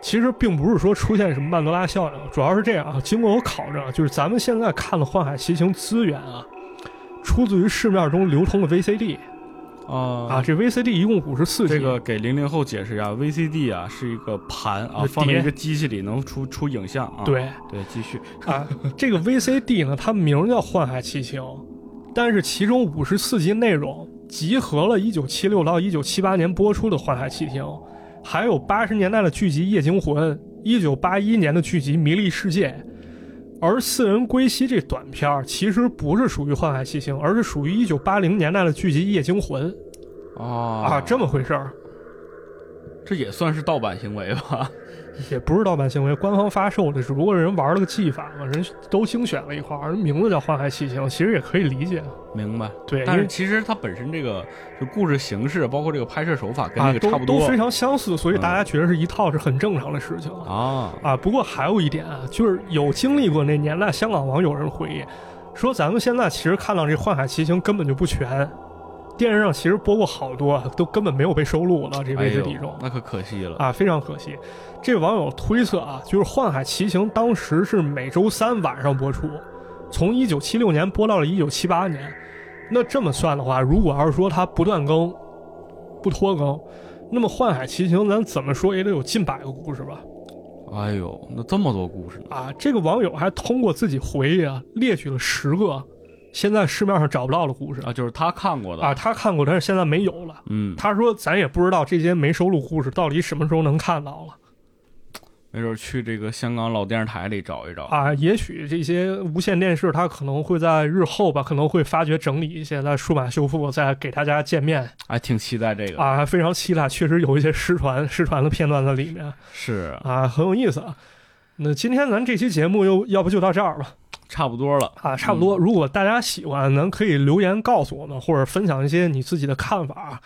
其实并不是说出现什么曼德拉效应，主要是这样啊。经过我考证啊，就是咱们现在看的《幻海奇行》资源啊，出自于市面中流通的 VCD 啊。啊，这 VCD 一共五十四这个给零零后解释一下，VCD 啊是一个盘啊，就放在碟一个机器里能出出影像啊。对。对，继续。啊，这个 VCD 呢，它名叫《幻海奇行》，但是其中五十四集内容集合了1976到1978年播出的《幻海奇行》，还有80年代的剧集《夜惊魂》，1981年的剧集《迷离世界》。而《四人归西》这短片儿其实不是属于《幻海奇行》，而是属于1980年代的剧集《夜惊魂》啊，啊这么回事儿，这也算是盗版行为吧？也不是盗版行为，官方发售的，只不过人玩了个技法嘛，人都精选了一块儿，人名字叫《幻海奇行》，其实也可以理解。啊明白。对，但因是为其实它本身这个就故事形式，包括这个拍摄手法跟啊那个都差不都多非常相似，所以嗯大家觉得是一套是很正常的事情啊。啊。啊，不过还有一点啊，就是有经历过那年代，香港网友人回忆说，咱们现在其实看到这《幻海奇行》根本就不全，电视上其实播过好多，啊都根本没有被收录到这哎位置呦地中。那可可惜了。啊，非常可惜。这网友推测啊，就是《幻海奇行》当时是每周三晚上播出，从一九七六年播到了一九七八年。那这么算的话，如果要是说它不断更、不拖更，那么《幻海奇行》咱怎么说也得有近百个故事吧？哎呦，那这么多故事呢？啊，这个网友还通过自己回忆啊，列举了十个现在市面上找不到的故事啊，就是他看过的。啊，他看过，但是现在没有了。嗯，他说：“咱也不知道这些没收录故事到底什么时候能看到了。”没准去这个香港老电视台里找一找。啊，也许这些无线电视它可能会在日后吧，可能会发掘整理一些，在数码修复，再给大家见面还挺期待这个。啊，非常期待。确实有一些失传失传的片段在里面是，啊，很有意思啊。那今天咱这期节目又要不就到这儿吧差不多了。啊，差不多。如果大家喜欢，咱可以留言告诉我们，或者分享一些你自己的看法。啊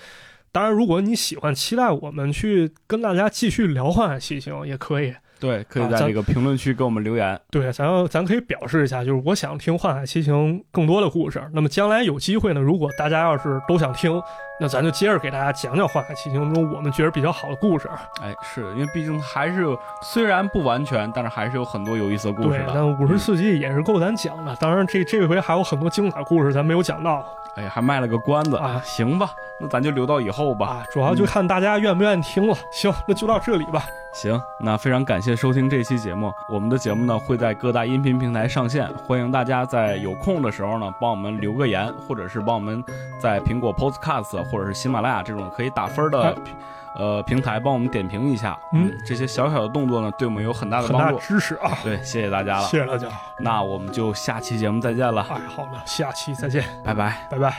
当然，如果你喜欢，期待我们去跟大家继续聊《幻海奇行》也可以。对，可以啊在咱这个评论区给我们留言。对，咱要咱可以表示一下，就是我想听《幻海奇行》更多的故事。那么将来有机会呢，如果大家要是都想听，那咱就接着给大家讲讲《幻海奇行》中我们觉得比较好的故事。哎，是因为毕竟还是有虽然不完全，但是还是有很多有意思的故事嗯对，的。但五十四集也是够咱讲的。当然这，这回还有很多精彩故事咱没有讲到哎，还卖了个关子。啊行吧，那咱就留到以后吧。啊，主要就看大家愿不愿意听了。行，那就到这里吧。行，那非常感谢收听这期节目。我们的节目呢会在各大音频平台上线，欢迎大家在有空的时候呢帮我们留个言，或者是帮我们在苹果 Podcast 或者是喜马拉雅这种可以打分的哎平、呃平台帮我们点评一下。嗯，这些小小的动作呢对我们有很大的很大帮助。支持啊，对，谢谢大家了。谢谢大家。那我们就下期节目再见了，哎，好了，下期再见，拜拜。拜拜。